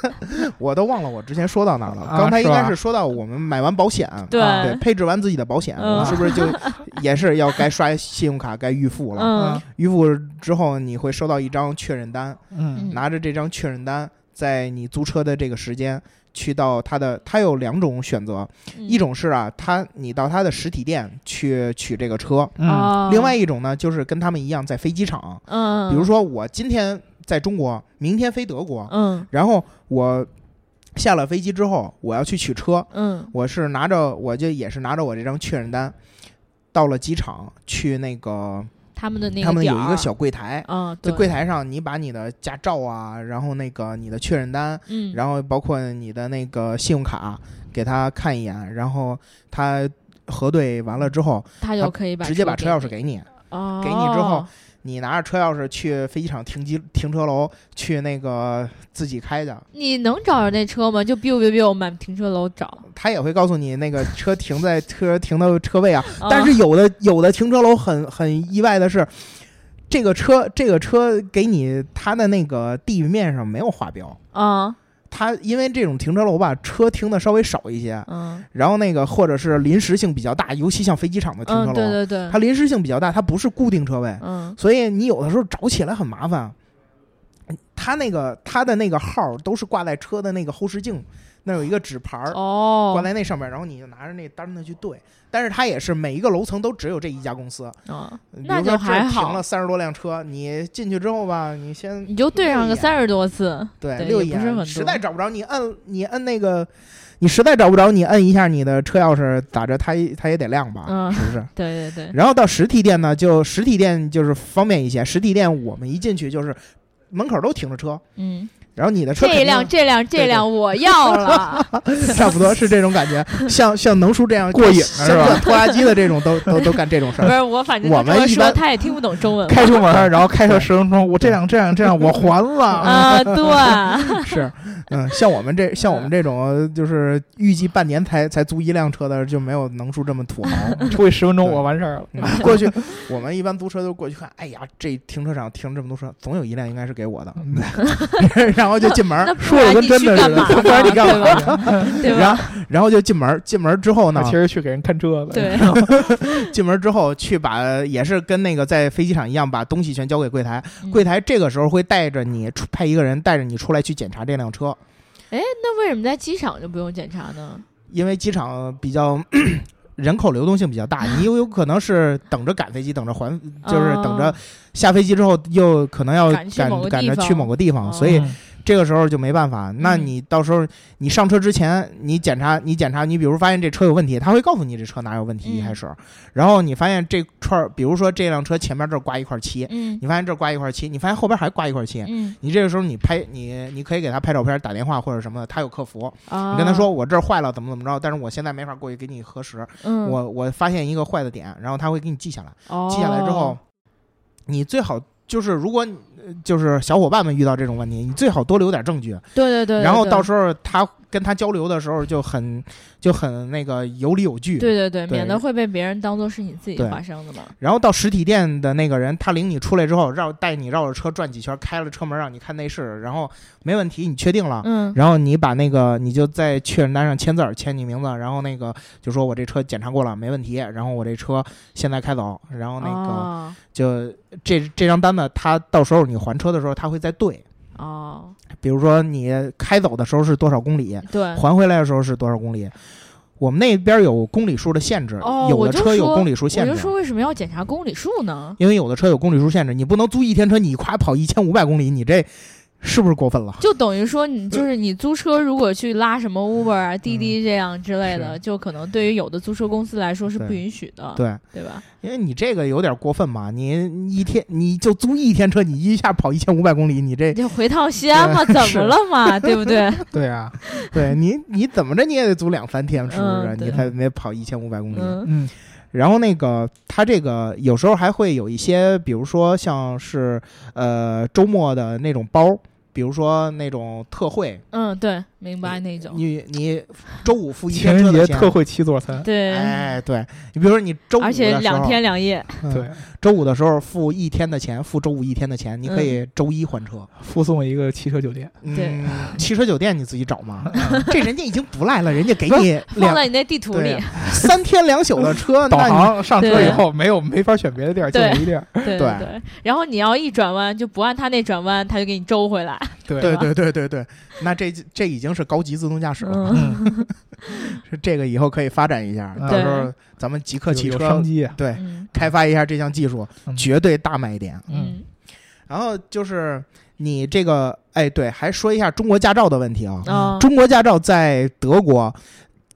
我都忘了我之前说到哪儿了，
啊
刚才应该
是吧
是说到我们买完保险，
对
啊对，配置完自己的保险，
嗯
我们是不 是就也是要该刷信用卡、该预付了？
嗯
嗯
预付之后你会收到一张确认单，
嗯
嗯
拿着这张确认单，在你租车的这个时间去到他的，他有两种选择，
嗯
一种是啊，他你到他的实体店去取这个车，
嗯
哦
另外一种呢就是跟他们一样在飞机场，
嗯，
比如说我今天在中国，明天飞德国，
嗯
然后我下了飞机之后，我要去取车，
嗯
我是拿着我就也是拿着我这张确认单，到了机场去那个
他们的那个
他们有一
点儿
个小柜台，
嗯
在
对
柜台上你把你的驾照啊，然后那个你的确认单，
嗯
然后包括你的那个信用卡，给他看一眼，然后他核对完了之后，
他就可以把
直接把车钥匙
给
给你。
哦
给你之后你拿着车钥匙去飞机场停机停车楼去那个自己开的，
你能找着那车吗？就 biu biu biu 满停车楼找，
他也会告诉你那个车停在车停的车位啊。
啊
但是有的有的停车楼很很意外的是，这个车这个车给你它的那个地面上没有画标，
啊
它因为这种停车楼吧，车停的稍微少一些，
嗯
然后那个或者是临时性比较大，尤其像飞机场的停车
嗯，
楼，
对对对
它，临时性比较大，它不是固定车位，
嗯
所以你有的时候找起来很麻烦。它那个它的那个号都是挂在车的那个后视镜，那有一个纸牌儿，
哦，
挂在那上面，然后你就拿着那单子去对。但是它也是每一个楼层都只有这一家公司，
嗯，
比
那
如
就
说这
还
儿
好
停了三十多辆车，你进去之后吧，你先
你就对上个
六眼
三十多次，
对
对
溜
也
一啊
不是很多
眼，实在找不着你摁你摁那个，你实在找不着你摁一下你的车钥匙，打着它也它也得亮吧，
嗯
是不是？
对对对，
然后到实体店呢，就实体店就是方便一些，实体店我们一进去就是门口都停着车，
嗯，
然后你的车肯
这
定
辆这辆
对
这
对
辆我要 了，
差不多是这种感觉， 像像能叔这样
过瘾了
像
是吧
像拖拉机的这种都都都干这种事
不
儿。
是我，反正
我
他这
们
么
一
说
般
他也听不懂中 文嘛，
开出门儿，然后开车十分钟，我这样这样这样，我 还了。
啊， 对，
是，嗯，像我们这像我们这种就是预计半年才才租一辆车的，就没有能叔这么 土豪。
出去十分钟，
对
我完事儿了。
嗯过去我们一般租车都过去看，哎呀，这停车场停这么多车，总有一辆应该是给我的，
嗯
然后就进门
那
儿，
不
说得
然
跟
你
真
去
的
干
似
嘛
的
呢？
不然你干
对吧？对吧？
然后 然后就进门儿，进门儿之后
那
呢，
其实去给人看车的，
啊对，
进门之后去把也是跟那个在飞机场一样，把东西全交给柜台。
嗯
柜台这个时候会带着你出派一个人带着你出来去检查这辆车，
哎，那为什么在机场就不用检查呢？
因为机场比较 人口流动性比 较大，你有有可能是等着赶飞机，等着还就是等着
啊
下飞机之后又可能要
赶
赶
去某个
赶着
地方
去某个地方，
哦
所以这个时候就没办法。那你到时候你上车之前，你检查，你检查，你比如发现这车有问题，他会告诉你这车哪有问题
嗯
一开始，然后你发现这串儿，比如说这辆车前面这儿刮一块漆，
嗯
你发现这儿刮一块漆，你发现后边还刮一块漆。
嗯
你这个时候，你拍你，你可以给他拍照片、打电话或者什么的，他有客服，
啊，
你跟他说，我这儿坏了，怎么怎么着，但是我现在没法过去给你核实，
嗯，
我我发现一个坏的点，然后他会给你记下来，
哦
记下来之后，，你最好就是如果你呃就是小伙伴们遇到这种问题，你最好多留点证据，
对对对，对
然后
对
到时候他跟他交流的时候就很就很那个有理有据。
对对对，
对
免得会被别人当做是你自己
对
发生的嘛。
然后到实体店的那个人，他领你出来之后，绕带你绕着车转几圈，开了车门让你看内饰，然后没问题，你确定了。
嗯
然后你把那个，你就在确认单上签字儿，签你名字，然后那个就说我这车检查过了，没问题，然后我这车现在开走，然后那个、
哦
就这这张单呢，他到时候你还车的时候他会再对，
哦，
比如说你开走的时候是多少公里，
对，
还回来的时候是多少公里？我们那边有公里数的限制，
哦
有
我
的
就
车有
说
公里数
我
限
就
制啊
说，为什么要检查公里数呢？
因为有的车有公里数限制，你不能租一天车，你夸跑一千五百公里，你这是不是过分了？
就等于说，你就是你租车，如果去拉什么 Uber 啊、滴滴这样之类的，
嗯是
就可能对于有的租车公司来说是
对
不允许的，
对，
对吧？
因为你这个有点过分嘛，你你一天你就租一天车，你一下跑一千五百公里，你这
你就回趟西安嘛，
对
怎
是
么了 嘛，对不对？
对啊，
对你你怎么着你也得租两三天，是不是？
嗯对
你才能跑一千五百公里。
嗯
嗯，
然后那个它这个有时候还会有一些，比如说像是呃周末的那种包，比如说那种特惠，
嗯，对，明白那种，
你你周五付一
情
天车
人
的
节
钱
特惠七座餐，
对，
哎，对你比如说你周五
而且
的时候
两天两夜，
嗯
对，
周五的时候付一天的钱，付周五一天的钱，你可
嗯
以周一还车。
附送一个汽车酒店，
对
嗯，汽车酒店你自己找嘛，这人家已经不赖了，人家给你
放
两
在你那地图里
对，三天两宿的车，
嗯导
那你
航上车
对
以后没有没法选别的地儿，就
对
一地儿。
对
对
对。然后你要一转弯就不按他那转弯，他就给你周回来。
对
对对对对对，那这这已经是高级自动驾驶了，
嗯，
嗯，
是这个以后可以发展一下，
嗯
到时候咱们极客
有
汽
有
车
商机啊，
对
嗯
开发一下这项技术，
嗯
绝对大卖点。
嗯，
嗯
然后就是你这个，哎，对，还说一下中国驾照的问题
嗯
啊，
啊，
中国驾照在德国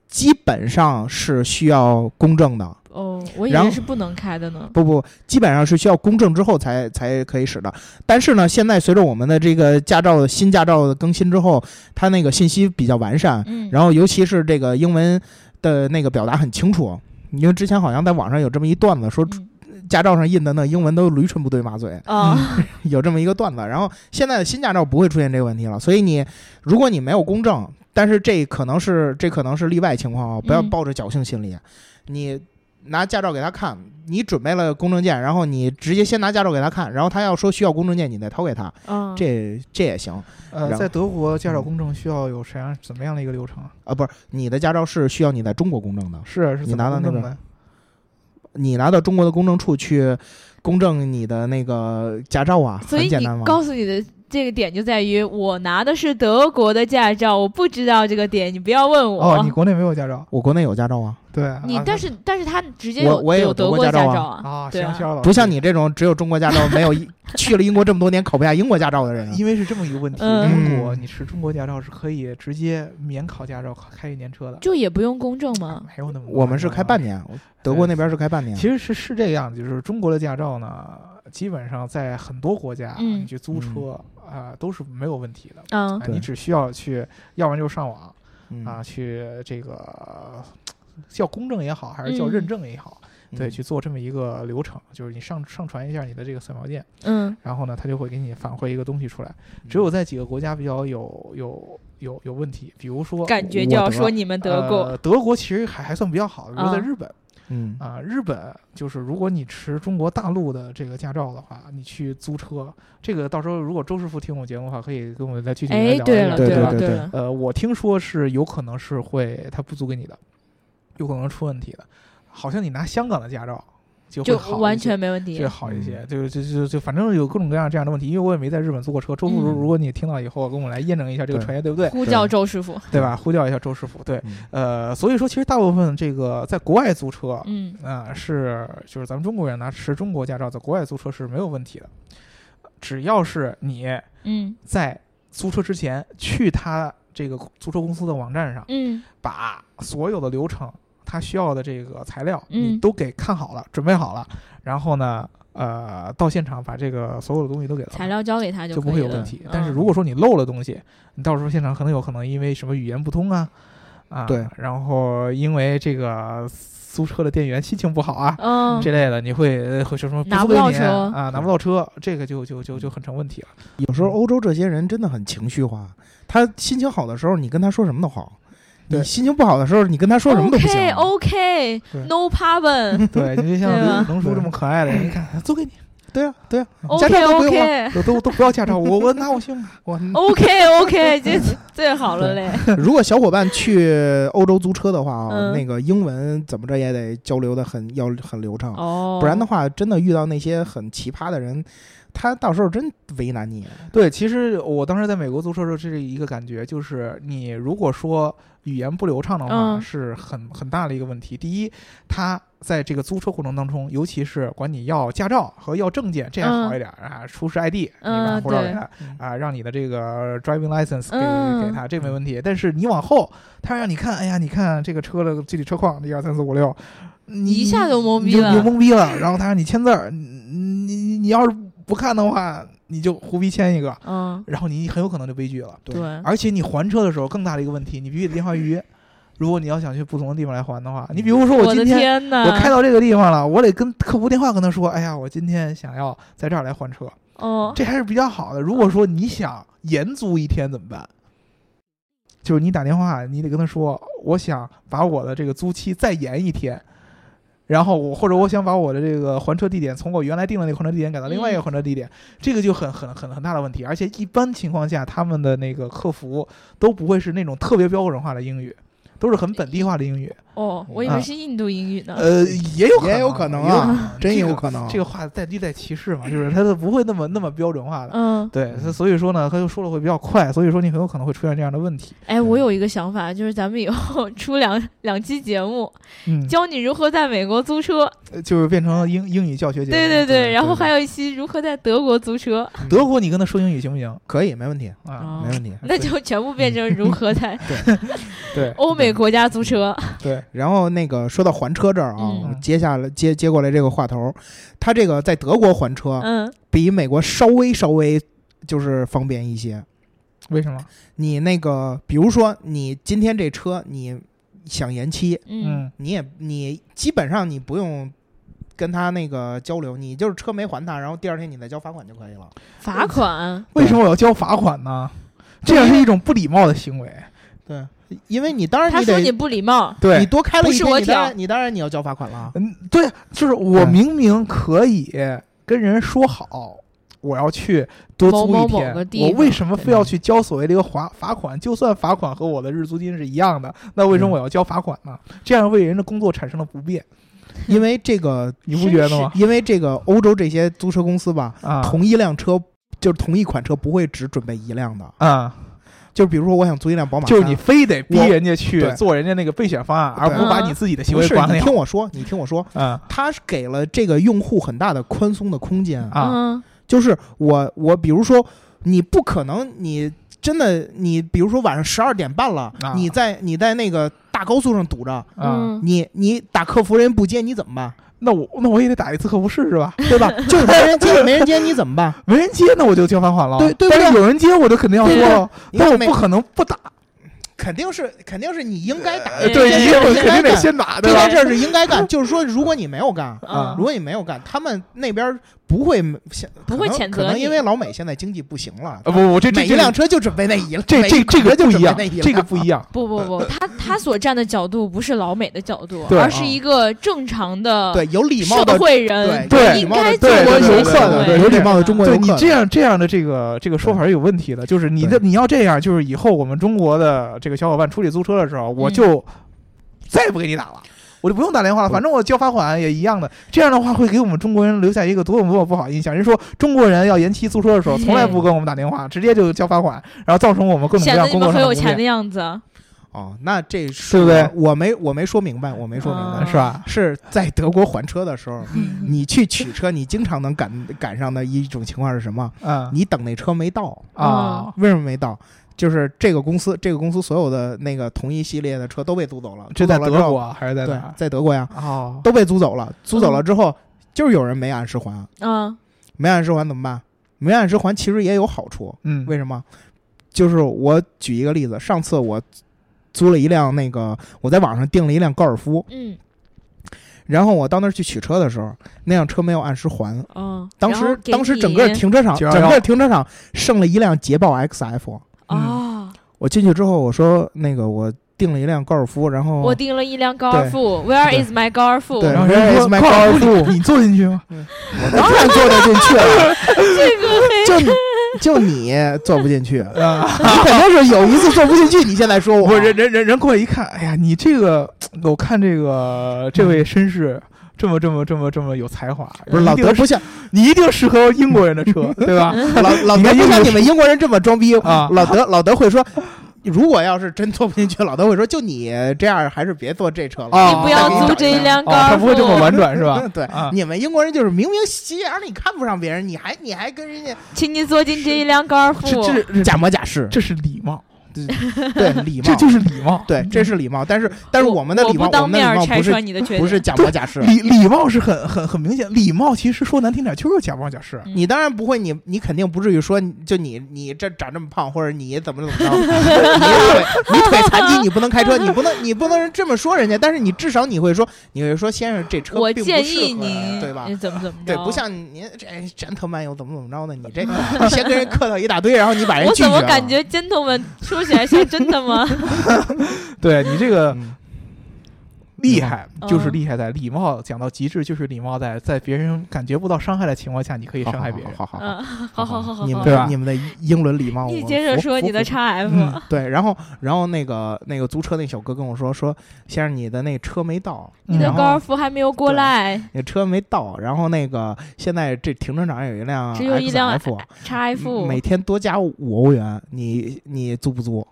基本上是需要公证的，
哦，我以
然
为
后
是不能开的呢。
不不，基本上是需要公证之后才才可以使的。但是呢，现在随着我们的这个驾照新驾照的更新之后，它那个信息比较完善，
嗯，
然后尤其是这个英文的那个表达很清楚。因为之前好像在网上有这么一段子，说
嗯
驾照上印的那英文都驴唇不对马嘴，
啊，
有这么一个段子。然后现在的新驾照不会出现这个问题了，所以你如果你没有公证，但是这可能是这可能是例外情况啊，不要
嗯
抱着侥幸心理。你拿驾照给他看，你准备了公证件，然后你直接先拿驾照给他看，然后他要说需要公证件，你再掏给他，
嗯
啊
这这也行啊、然
呃，
后
在德国驾照公证需要有什么样怎么样的一个流程啊？
不是你的驾照是需要你在中国公证的，
是是
你
怎
拿到
么公
那
证
个
的？
你拿到中国的公证处去公证你的那个驾照啊，
所
很
以
简
你
单嘛。
告诉你的这个点就在于，我拿的是德国的驾照，我不知道这个点，你不要问我。
哦，你国内没有驾照？
我国内有驾照啊，
对，啊
你但是但是他直接
我
有
我也有
德
德
国
国驾
驾
照啊
照啊，
啊，
对
行
啊，
肖老师，
不像你这种只有中国驾照没有 去了英国这么多年考不下英国驾照的人啊。
因为是这么一个问题，
嗯
中国你持中国驾照是可以直接免考驾照开一年车的，
就也不用公证吗？
没有那么
我们是
夸张
开半年，德国那边是开半年。
啊其实是是这样，就是中国的驾照呢，基本上在很多国家，
嗯
你去租车啊、都是没有问题的。
嗯
啊，
嗯对
你只需要去，要不然就上网
嗯
啊，，去这个呃叫公证也好，还是叫
嗯
认证也好，
嗯
对，去做这么一个流程，就是你上上传一下你的这个扫描件，
嗯
然后呢，它就会给你返回一个东西出来。
嗯
只有在几个国家比较有有有有问题，比如说
感觉就要说你们德国，
呃德国其实还还算比较好的，比如在
啊
日本。
嗯
啊、日本就是如果你持中国大陆的这个驾照的话，你去租车，这个到时候如果周师傅听我节目的话，可以跟我们再具体地
哎，
聊一
对
聊。
了
对
了
对
对
对
了，
呃，我听说是有可能是会他不租给你的，有可能出问题的。好像你拿香港的驾照就会
就
好一
完
些
全没问题
就。好一
嗯
些，就就就就反正有各种各样这样的问题，因为我也没在日本租过车。周师傅，
嗯
如果你听到以后，跟我们来验证一下这个
对
传言对不对，
呼叫周师傅，
对吧？呼叫一下周师傅，对，
嗯
呃，所以说其实大部分这个在国外租车，
嗯
啊、是就是咱们中国人拿持中国驾照在国外租车是没有问题的，只要是你
嗯
在租车之前去他这个租车公司的网站上，
嗯
把所有的流程、他需要的这个材料，
嗯
你都给看好了、准备好了，然后呢，呃，到现场把这个所有的东西都给到他
材。料交给他
就不
可
会
以
有
了
问题，但是
嗯
如果说你漏了东西，你到时候现场可能有可能因为什么语言不通啊，啊，
对，
然后因为这个租车的店员心情不好啊，
嗯
这类的，你会呃会说什么
拿
不
不
租给
到
你
车嗯
啊，拿不到车，这个就就就就很成问题了。嗯
有时候欧洲这些人真的很情绪化，他心情好的时候，你跟他说什么都好；
对
你心情不好的时候，你跟他说什么都不行。啊
OK OK
啊对
No problem
对，你
对
就
吧
像龙叔这么可爱的人，你看 他租给你，
对啊，对啊，
驾
OK
照都不用
OK
我都都不要驾照，我我拿我信用 卡，我
OK OK，这最好了嘞。
如果小伙伴去欧洲租车的话啊，
嗯
那个英文怎么着也得交流的很要很流畅，
哦，
不然的话，真的遇到那些很奇葩的人，他到时候真为难你。啊
对，其实我当时在美国租车的时候，这是一个感觉，就是你如果说语言不流畅的话，
嗯
是很很大的一个问题。第一，他在这个租车过程当中，尤其是管你要驾照和要证件，这样好一点、啊，出示 ID，你把
嗯
护照
对
给他、啊，让你的这个 driving license 给、
嗯
给他，这没问题。但是你往后，他让你看，哎呀，你看这个车的具体车况，一二三四五六，你
一下就懵逼
你就
了
你就懵逼了。然后他让你签字儿，你你你你要是不看的话，你就胡逼签一个。
嗯
然后你很有可能就悲剧了。
对，
而且你还车的时候，更大的一个问题，你必须得电话预约，如果你要想去不同的地方来还的话，你比如说我
的
今天
天啊呐，
我开到这个地方了，我得跟客服电话跟他说，哎呀，我今天想要在这儿来换车，
哦，
这还是比较好的。如果说你想延租一天怎么办？就是你打电话，你得跟他说，我想把我的这个租期再延一天，然后我或者我想把我的这个还车地点从我原来定的那个还车地点改到另外一个
嗯
还车地点，这个就很很很很大的问题。而且一般情况下，他们的那个客服都不会是那种特别标准化的英语，都是很本地化的 英语。
哦，我以
啊
为是印度英语呢。
呃，也有
也有
可
可能
能
啊真
这
有
个
可能
这个话再低再歧视嘛，就是他都不会那么那么标准化的。
嗯，
对，所所以说呢，他就说了会比较快，所以说你很有可能会出现这样的问题。
哎，我有一个想法，就是咱们以后 出两两期节目，
嗯，
教你如何在美国租车，
就是变成英英语教学节目。
对
对
对，然后还
有
有一期如何在德国租车，
德国，你跟他说英语行不行
可以，没问题，
啊？
哦
没问题。
那就全部变成如何在
对，
欧美国家租车。
啊
对，
然后那个说到还车这儿啊，
嗯
我接下来接接过来这个话头儿，他这个在德国还车
嗯，
比美国稍微稍微就是方便一些。
为什么？
你那个比如说你今天这车你想延期，
嗯，
你也你基本上你不用。跟他那个交流，你就是车没还他，然后第二天你再交罚款就可以了。
罚款，
为什么我要交罚款呢？这样是一种不礼貌的行为。
对，因为你当然
他
你
说
得
你不礼貌，
你多开了
不
一
是
天，
我
你当
挑
然你当然你要交罚款 了。
嗯，对，就是我
嗯
明明可以跟人说好，我要去多租一
某某
天，
某个地
我
方
为什么非
对
要去交所谓的一个罚罚款？就算罚款和我的日租金是一样的，那为什么
嗯
我要交罚款呢？这样为人的工作产生了不便，
因为这个，
你不觉得吗？
因为这个欧洲这些租车公司吧，
啊，
同一辆车就是同一款车不会只准备一辆的，
啊，
就是比如说我想租一辆宝马三，
就是你非得逼
我
人家去
对
做人家那个备选方案，而不
对
把你自己的行
不
为
是
管
你
理
听
好。
我说，你听我说，
嗯
他是给了这个用户很大的宽松的空间，
啊，
嗯，
就是我我比如说你不可能你。真的，你比如说晚上十二点半了，
啊
你在你在那个大高速上堵着，
啊，
嗯，
你你打客服人家不接，你怎么办？
那我那我也得打一次客服试试吧，
对 吧？就是没人 接，没人接你怎么办？
没人接那我就交罚款了，
对对不
但是
对
有人接我就肯定要说
对
了，
因
但
为
我
每
不可能不打，
肯定是肯定是你应该打，
呃
对
对，
这
你
件事
我
应该
肯定得
干
先打，
这
对吧？
件事是应该 干。就是说，如果你没有干，
啊
如果你没有干，他们那边不会现
嗯不会
可能
谴责
可能
你
因为老美现在经济不行了，
啊，不，我这这
每一
这
辆车就准备那一辆，
这
每
这这
车
个
就
不
准
一
备
样
那一，
这个
辆
不一样。
不不不，他他所站的角度不是老美的角度，
对
而是一个正常的
啊对有礼貌
社
的
会人，
对
有礼
应
貌的
该
中
做
对
过
国
这些
游
对对
客
行
对
为
的
对
有
对
礼貌的中国游
对
客
你
的，
这样这样的这个这个说法是有问题的，就是你的你要这样，就是以后我们中国的这个小伙伴出去租车的时候，我就再也不给你打了。我就不用打电话了，
不
反正我交罚款也一样的。这样的话会给我们中国人留下一个多么多么不好的印象。人说中国人要延期租车的时候，从来不跟我们打电话，直接就交罚款，然后造成我们各种各
显得
样
你
工
们
作上
很
的
有
不
钱
便
的，样子。
哦，那这是
对不对
我没我没说明白，我没说明白
啊
是吧？
是在德国还车的时候，你去取车，你经常能赶赶上的一种情况是什么？
嗯
你等那车没到，
啊，
为什么没到？就是这个公司，这个公司所有的那个同一系列的车都被租走了。
这
租走
在
了
德
之后，
国啊还是在哪
对
儿？，
在德国呀，
哦，
都被租走了。租走了
嗯
之后，就是有人没按时还，
嗯，
没按时还怎么办？没按时还其实也有好处，
嗯，
为什么？就是我举一个例子，上次我租了一辆那个，我在网上订了一辆高尔夫，
嗯
然后我到那儿去取车的时候，那辆车没有按时还。
嗯，
当
然
时
后给
当时整
你
个停车场，
911
整个停车场剩了一辆捷豹 XF。
啊，
我进去之后，我说那个我订了一辆高尔夫，然后
我订了一辆高尔
哦对
夫，Where
对
is my 高尔夫？
对
然后人家
Where
说
is my
高尔
car？
夫，你坐进去吗？
我当然坐得进去 了，这个就就你坐不进去，你
啊，
肯定是有一次坐不进去，你现在说我啊
我人人人人过来一看，哎呀，你这个，我看这个这位绅士这么这么这么这么有才华，
嗯不是老
你一
德
定
不像
你一定适合英国人的 车，对吧？
老老
你
德不
看英
像
国
你们英国人这么装逼
啊
老德老德会说。如果要是真坐不进去，老德会说：“就你这样，还是别坐这车了。
啊
你不要
再给你
租
找
这一辆
辆
哦，
高尔
他
夫，
不会这么婉转 是吧？
嗯对，
啊
你们英国人就是明明心眼儿里看不上别人，你还你还跟人家
请你坐进这一辆高尔夫。
这 这
假模假式，
这是礼貌，
对礼
这
貌，
就是礼貌。
对，这是礼貌。但是但是
我
我们的
我
礼
不
貌，我
当
们的
面
礼貌
拆
不是
穿你的缺点，
不是假模假 式。
礼礼貌是很很很明显，礼貌其实说难听点就是假模假式。
嗯
你当然不会，你你肯定不至于说，就你你这长这么胖，或者你怎么怎么 着，你腿你腿残疾，你不能开车，你不能你不能这么说人家，但是你至少你会说，你会说先生这车
我
并
建
不适合
议
人
您
对吧？
怎么怎么着？
对，不像您这哎 gentleman 又怎么怎么着呢？你这你先跟人客套一大堆，然后你把人
我
拒
怎
绝
么
了
感觉 gentleman 说起来像真的 吗？
对你这个
嗯
厉害，
嗯
就是厉害在礼貌讲到极致，就是礼貌在在别人感觉不到伤害的情况下，你可以伤害别人。
嗯好好好好
嗯，好好好好，
你
好
们
对吧啊
你们的英 伦礼貌，
你
我
接着
服
说
服
你的
服
x F，、
嗯
对，然后然后那个那个租车那小哥跟我说说，先生你的那车没到，
你的
然后
高尔夫还没有过来
那车没到，然后那个现在这停车场有一辆
只有一辆
XF，
x F，
嗯每天多加五欧元，你你租不租？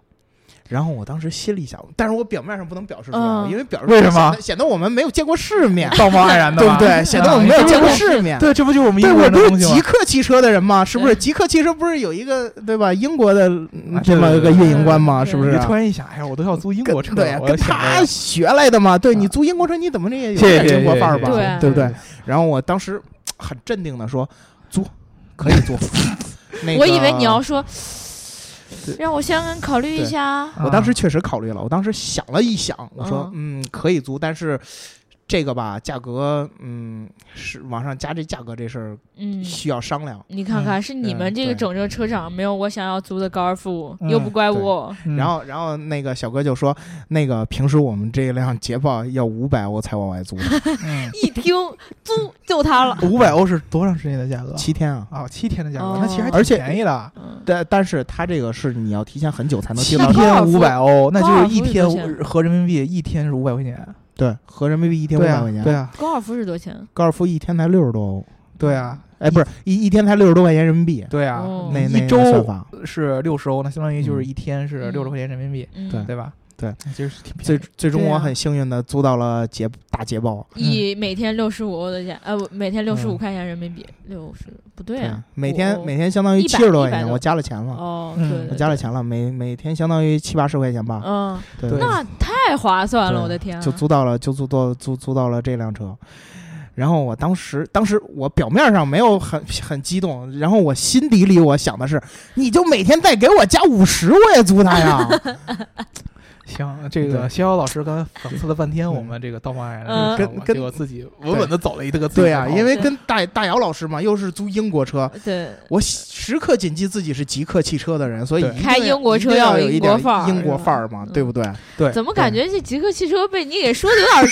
然后我当时心里想，但是我表面上不能表示出来，
嗯
因为表示
为什
显
么，
得显得我们没有见过世面
道貌岸然的
对
吧，
不对？显得我们
嗯
没有见过
嗯
世面。
对，这不就是我们
对，
英国
我
人
不
的
是
东西
极
吗？
客汽车的人吗？是不是？极客汽车不是有一个对吧？英国的嗯
啊
这么
对
一个
对对
运营官吗？
对
啊是不
你
是？
突然一想，哎呀，我都要租英
跟
国车
对
了，
啊，
我
跟
要想
他
这个
学来的嘛。对
啊
你租英国车，你怎么这也有
谢谢
点英国范儿吧？
谢谢
对不对啊
谢？嗯谢
然后我当时很镇定的说：“租，可以租。”那个
我以为你要，说
对，
让我先考虑一下。
我当时确实考虑了，我当时想了一想，我说：“嗯，可以租，但是这个吧，价格，嗯，是往上加这价格这事儿
嗯，
需要商量。
你看看，是你们这个
嗯对
整个车厂没有我想要租的高尔夫，
嗯
又不怪我。
嗯
然后，然后那个小哥就说：“那个平时我们这一辆捷豹要五百欧才往 外租的，
嗯
一听租就它 了。
五百欧是多长时间的价格？
七天啊。”
啊，七天的价格
哦，
那其实还
而且
挺便宜的。
嗯，
但但是他这个是你要提前很久才能
七
订到
那高尔
天
夫
五百欧，那
高尔
就
夫
是一
是
天
多少钱
合人民币一天是五百块钱，
对，合人民币一天五
对
百
啊
块钱。，
对啊，
高尔夫是多少钱？
高尔夫一天才六十多欧，
对啊，
哎，不是一一天才六十多块钱人民币。
对啊
哦，
那那
一
个
周
算法，
是六十欧，那相当于就是
嗯
一天是
嗯
六十块钱人民币，
嗯
对
对吧？
对，
就是挺便
最
宜。
最终
对
我
啊
很幸运的租到了捷大捷豹。
以每天六十五欧的价，呃，不每天六十五
嗯
块钱人民币，六十不对啊，
每天
我
每天相当于
100
七十多块
100
钱，
多
我加了钱了，
哦，
嗯
对，
我
对
加了
对
钱了，每每天相当于七八十块钱吧。
嗯，
对，
啊对
那太划算了，
对
我的天啊！
就租到了，就租到租租到了这辆车。然后我当时，当时我表面上没有很很激动，然后我心底里我想的是，你就每天再给我加五十，我也租它 呀。
行，这
对
个逍遥老师刚才讽刺了半天
嗯
我们这个道貌岸然的
嗯
这个想法
跟跟
结果自己稳稳的走了一个自己
对
的
啊，
道路
因为
对
跟大大姚老师嘛，又是租英国车，
对，
我时刻谨记自己是极客汽车的人，所以
对
一定
开
要
英国
一
车
定
要
要
有
有
英
一
国
点
范儿
英国
是吧
范儿嘛，
嗯
对不对？
对，
怎么感觉这极客汽车被你给说的有 点儿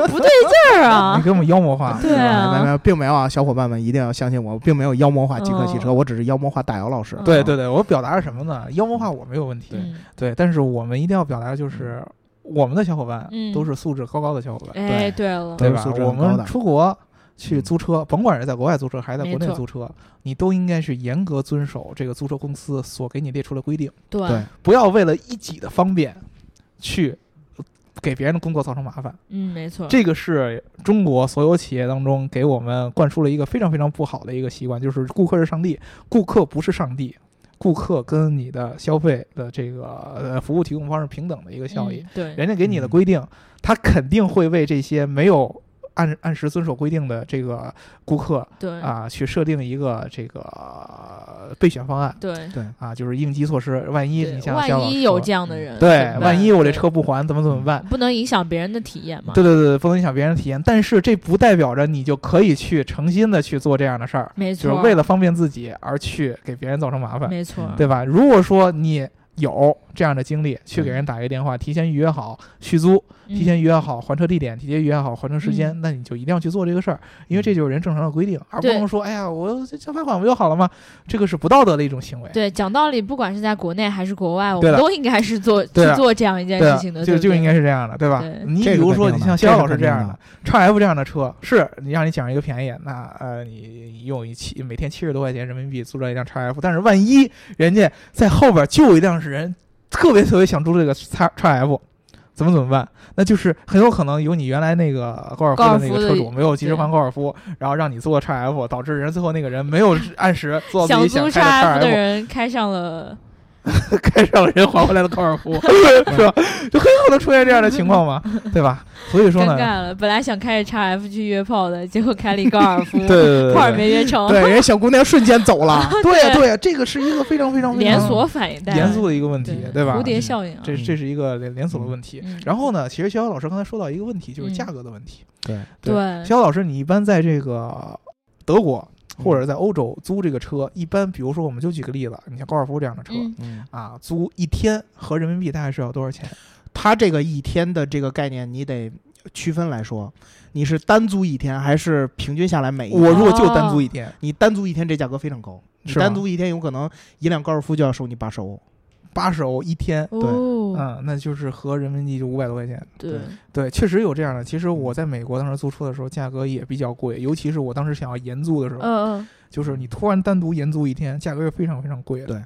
那不对劲儿
你
啊？
给我们妖魔化？
对啊
没有没有，并没有啊，小伙伴们一定要相信我，并没有妖魔化极客汽车，
哦
我只是妖魔化大姚老师。
嗯
对对对，我表达是什么呢？妖魔化我没有问题，
嗯，
对，但是我们一定要表达的就是我们的小伙伴
嗯
都是素质高高的小伙伴，
哎，对了，
对
都是
吧
素？质
我
很高的
们出国去租车，甭管是在国外租车还是在国
没
内
错
租车，你都应该是严格遵守这个租车公司所给你列出的规定，
对
对
不要为了一己的方便去。给别人的工作造成麻烦，
嗯，没 错，
这个是中国所有企业当中给我们灌输了一个非常非常不好的一个习惯，就是顾客是上帝，顾客不是上帝，顾客跟你的消费的这个呃服务提供方是平等的一个效益。
嗯对，
人家给你的规定，他肯定会为这些没有按按时遵守规定的这个顾客
对，
啊、去设定一个这个、呃备选方案
对，
对，
啊、就是应急措施。万一你
对
像肖老
万
师
一
说
有这样的嗯人，
嗯对，万
万
一我这车不还，怎么怎么办？
不能影响别人的体验嘛？
对对对，不能影响别人的体验，但是这不代表着你就可以去诚心的去做这样的事儿，
没
就
错，
是为了嗯方便自己而去给别人造成麻烦。
没错，
对吧？如果说你有这样的经历，去给人打一个电话，提前预约好续租，提前
嗯
预约好还车地点，提前预约好还车时间，
嗯
那你就一定要去做这个事儿，因为这就是人正常的规定，而不
对
能说哎呀，我这交罚款不就好了吗？这个是不道德的一种行为。
对，讲道理，不管是在国内还是国外，我
对
们
了
都应该是做去
对了
做这样一件
对啊
事情的，
就
对不
就
对
应该是这样的，对吧
对？
你比
这个
如
肯
说，
定
你
的
像
这
肖
个
老师
肯
这
定
样
的，
的，叉 F 这样的车，是你让你讲一个便宜，那呃，你用一七每天七十多块钱人民币租了一辆叉 F，但是万一人家在后边就有一辆是人特别特别想租这个叉叉 F，怎么怎么办？那就是很有可能有你原来那个高尔夫
高尔
的
夫
那个
的
车主没有及时
对
还高尔夫，然后让你做叉 F，导致人最后那个人没有按时做自
想
己
租
想
叉
开的叉
F 的
F，
人开上了
该让人还回来的高尔夫， 是吧？就很可能出现这样的情 况嘛，对吧？所 以说
尴
呢，
尬了，本来想开着 XF 去约炮的，结果开了一高尔 夫
对对对
炮儿
对
没约成，
对，人家小姑娘瞬间走了。
对呀对呀，这个是一个非常非常非
连
常
锁反应带来
嗯严肃的一个问题，对吧
蝴？蝶效应啊，
这这是一个连连锁的问题。
嗯
然后呢，其实逍遥老师刚才说到一个问题，就是
嗯
价格的问题。
对，
对
对
逍遥老师，你一般在这个德国或者在欧洲租这个车，一般比如说我们就举个例子，你像高尔夫这样的车
嗯
嗯，
啊，租一天合人民币大概是要多少钱？
他这个一天的这个概念，你得区分来说，你是单租一天还是平均下来每一
我
天？
如果就单租一天，
你单租一天这价格非常高，你
是吗
单租一天有可能一辆高尔夫就要收你八十欧。
八十欧一天，
哦，
嗯，那就是合人民币就五百多块钱。
对，
对，确实有这样的。其实我在美国当时租车的时候，价格也比较贵，尤其是我当时想要延租的时候，
嗯嗯，
就是你突然单独延租一天，价格是非常非常贵的。
对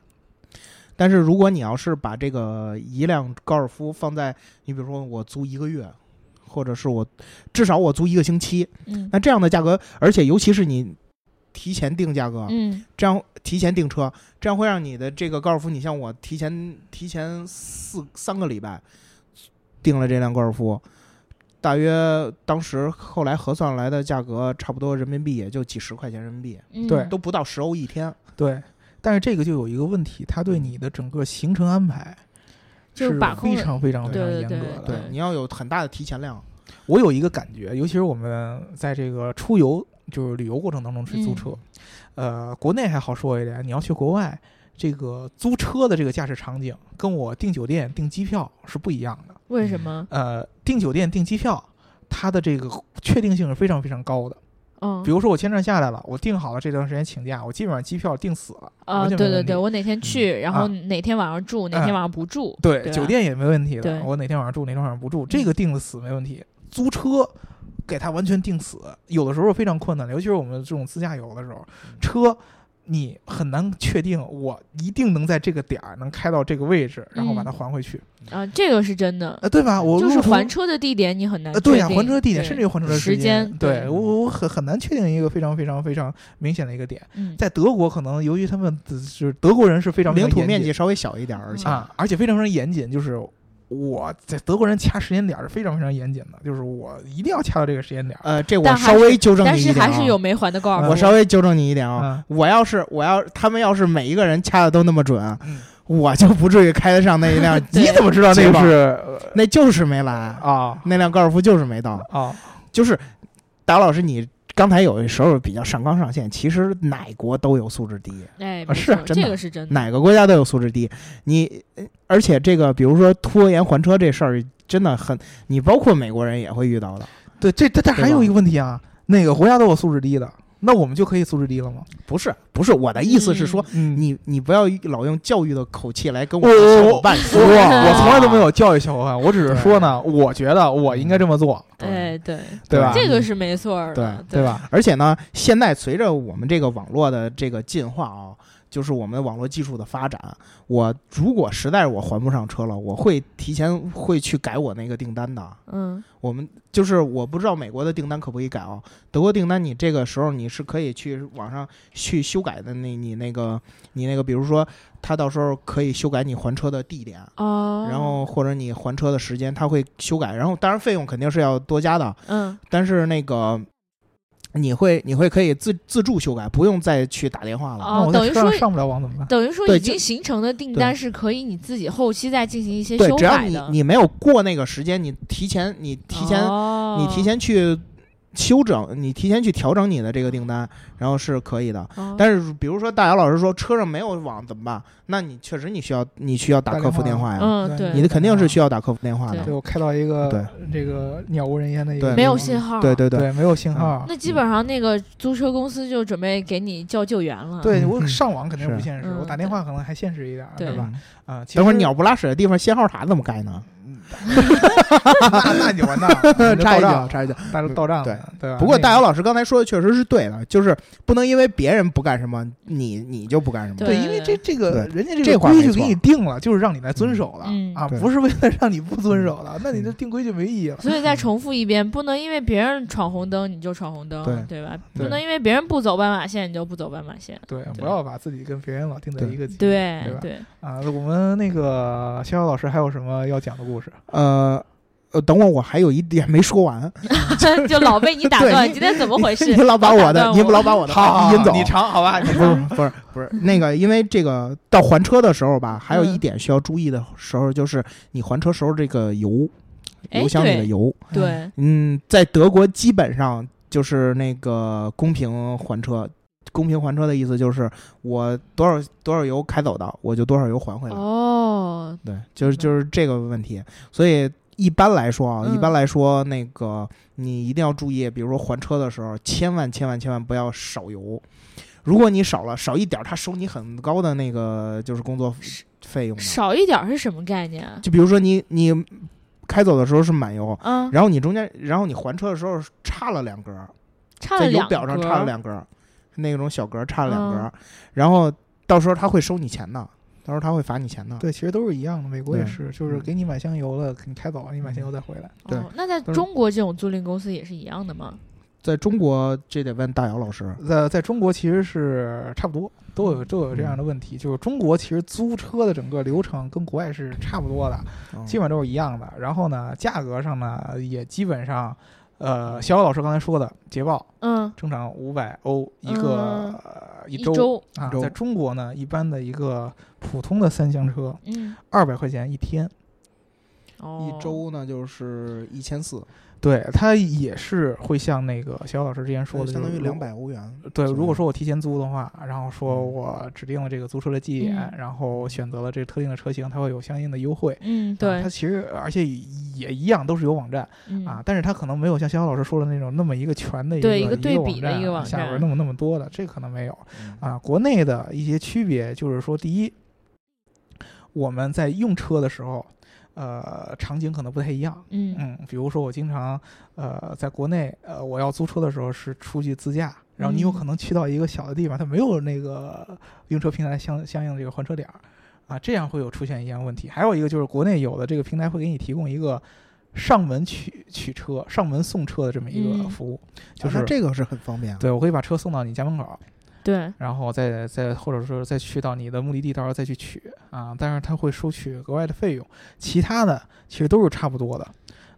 但是如果你要是把这个一辆高尔夫放在，你比如说我租一个月，或者是我至少我租一个星期，
嗯
哎
那这样的价格，而且尤其是你提前定价格，啊
嗯，
这样提前订车，这样会让你的这个高尔夫，你像我提前提前四三个礼拜订了这辆高尔夫，大约当时后来核算来的价格，差不多人民币也就几十块钱人民币，
嗯
对
都不到十欧一天。
对但是这个就有一个问题，它对你的整个行程安排
就是
是
把控
非
了
常非常非常
对
严格
对
的。
对
你要有很大的提前量。
我有一个感觉，尤其是我们在这个出游就是旅游过程当中去租车，呃，国内还好说一点，你要去国外，这个租车的这个驾驶场景跟我订酒店、订机票是不一样的。
为什么？
呃，订酒店、订机票，它的这个确定性是非常非常高的。
嗯
比，如说我签证下来了，我定好了这段时间请假，我基本上机票订死了，
啊，
完
对
全没
对
问题
对，我哪
嗯啊
天去，然后哪天晚上住，哪天晚上不住，
对，
对吧
酒店也没问题
对嗯
的，我哪天晚上住，哪天晚上不住，这个定的死没问题。租车给它完全定死，有的时候非常困难的，尤其是我们这种自驾游的时候，
嗯
车。你很难确定，我一定能在这个点儿能开到这个位置，然后把它还回去，
啊，这个是真的，
呃，对吧？
嗯
我
就是
路途
还车的地点你很难
呃，
确定，
对呀、还车地点，
对
甚至有还车的
时
间，
间
对
对
我我很很难确定一个非常非常非常明显的一个点。
嗯，
在德国，可能由于他们的就是德国人是非常非
领
常
土
严
面
谨
积稍微小一点，而且、
啊，而且非常非常严谨，就是。我在德国人掐时间点儿是非常非常严谨的，就是我一定要掐到这个时间点儿。
呃，这我
但还
稍
是
微纠正
但
你
是
一点、啊，
还是有没还的高尔夫，
我稍微纠正你一点啊
嗯，
我要是我要他们要是每一个人掐的都那么准
嗯，
我就不至于开得上那一辆
，对
你怎么知道那
结
个
巴
是
那就是没来，
啊
那辆高尔夫就是没到。
啊？
就是达老师，你刚才有的时候比较上纲上线，其实哪国都有素质低，
哎，
啊是
没错
真的
这个是真的，
哪个国家都有素质低。你呃而且这个，比如说拖延还车这事儿，真的很，你包括美国人也会遇到的。
对，这这这还
对吧
有一个问题啊，哪个国家都有素质低的，那我们就可以素质低了吗？
不是，不是，我的意思是说，
嗯
你你不要老用教育的口气来跟我
我
的小伙伴说，
我我从来都没有教育小伙伴，我只是说呢，我觉得我应该这么做，
哎，对，
对吧？
这个是没错儿的，
对？吧？
而且呢，现在随着我们这个网络的这个进化啊，就是我们网络技术的发展，我如果实在是我还不上车了，我会提前会去改我那个订单的。
嗯，
我们就是我不知道美国的订单可不可以改啊，德国订单你这个时候你是可以去网上去修改的那，你那个你那个，比如说他到时候可以修改你还车的地点。
哦，
然后或者你还车的时间，他会修改，然后当然费用肯定是要多加的，
嗯，
但是那个你会你会可以自自助修改，不用再去打电话了。
哦
那我
等于
在车上
说
上不了网怎么办？
等于说
对
已经
就
形成的订
对
单是可以你自己后期再进行一些
对
修，
只要
改
你
的，
你没有过那个时间，你提前你提前、
哦
你提前去修整，你提前去调整你的这个订单，然后是可以的。
哦，
但是比如说大姚老师说车上没有网怎么办？那你确实你需要你需要打客服电话呀，
嗯，
对
你
对
的，肯定是需要打客服电话的
对。我开到一个
对
这个鸟无人烟的一个
对
没有
地方
信号，
对对对，
对，没有信号。
那基本上那个租车公司就准备给你叫救援了。
对
嗯
我
嗯
上网肯定
是
不现实，
嗯
我打电话可能还现实一点儿，
对
对吧？？啊，其
等会儿
实
鸟不拉屎的地方信号塔怎么盖呢？
那那你完蛋 了，
插一脚，
账，
插一脚。嗯
那就到账了，对吧？
不过大姚
姚
老师刚才说的确实是对的，就是不能因为别人不干什么，你你就不干什么。
对，
对
因为这这个人家这
这
个
话
规
没
矩
错
给你定了，就是让你来遵守的
嗯
啊，
对嗯
不是为了让你不遵守的，那你这定规矩没意义了。
所以再重复一遍，不能因为别人闯红灯你就闯红灯，
对
对吧？
对
不能因为别人不走斑马线你就不走斑马线，
对，不要把自己跟别人老定在一个
嗯
级。
对
对吧
对，
啊，我们那个逍遥老师还有什么要讲的故事？
呃呃，等会儿我还有一点没说完，
就老被你打断，
对
今天怎么回
你
事？
老把我
打
的，
断
你
我
老把我的话题引走。
长好吧？
不是不是不是那个，因为这个到还车的时候吧，
嗯
还有一点需要注意的时候，就是你还车时候这个油，
哎
油箱里的油，
对，
嗯，在德国基本上就是那个公平还车。公平还车的意思就是我多少多少油开走的，我就多少油还 回来。
哦，
对，就
明
是
白
就是这个问题。所以一般来说啊，
嗯
一般来说，那个你一定要注意，比如说还车的时候，千万千万千万不要少油。如果你少了少一点儿，他收你很高的那个就是工作
是
费用的。
少一点儿是什么概念啊？
就比如说你你开走的时候是满油，
嗯，
然后你中间然后你还车的时候差了两格儿，
差了
在油
两
表上
格
差了
儿
两格儿，那种小格儿差了两格
嗯
儿，然后到时候他会收你钱的，到时候他会罚你钱的。
对，其实都是一样的，美国也
对嗯
是，就是给你买箱油了，给你开走，你买箱油再回来。
对
哦，那在
都是
中国这种租赁公司也是一样的吗？
在中国这得问大姚老师。
在在中国其实是差不多，都有都有这样
嗯
的问题，就是中国其实租车的整个流程跟国外是差不多的，
嗯
基本都是一样的。然后呢，价格上呢也基本上，呃，小姚老师刚才说的捷豹
嗯，
正常五百欧一
嗯
个、呃一
一
周
周，
啊，
一周
在中国呢，一般的一个普通的三厢车
嗯，
二百块钱一天，
哦，
一周呢就是一千四，
对，它也是会像那个小姚老师之前说的，
相当于
就是如
两百欧元。
对，
左右
如果说我提前租的话，然后说
嗯
我指定了这个租车的地点，
嗯
然后选择了这特定的车型，它会有相应的优惠。
嗯，
啊
对
它，其实而且也一样都是有网站
嗯
啊，，但是它可能没有像肖老师说的那种那么一个全的一
对一
个
个对比的
一
一个网
下边
站
那么那么多的，这可能没有
嗯
啊。国内的一些区别就是说，第一，我们在用车的时候，呃，场景可能不太一样。
嗯
嗯，比如说我经常呃在国内呃我要租车的时候是出去自驾，然后你有可
嗯
能去到一个小的地方，它没有那个用车平台相相应的这个还车点儿啊，这样会有出现一样问题。还有一个就是国内有的这个平台会给你提供一个上门取取车、上门送车的这么一个
嗯
服务，就、
就是是这个是很方便啊。
对我可以把车送到你家门口儿，
对，
然后再再或者说再去到你的目的地，到时候再去取啊，但是它会收取额外的费用，其他的其实都是差不多的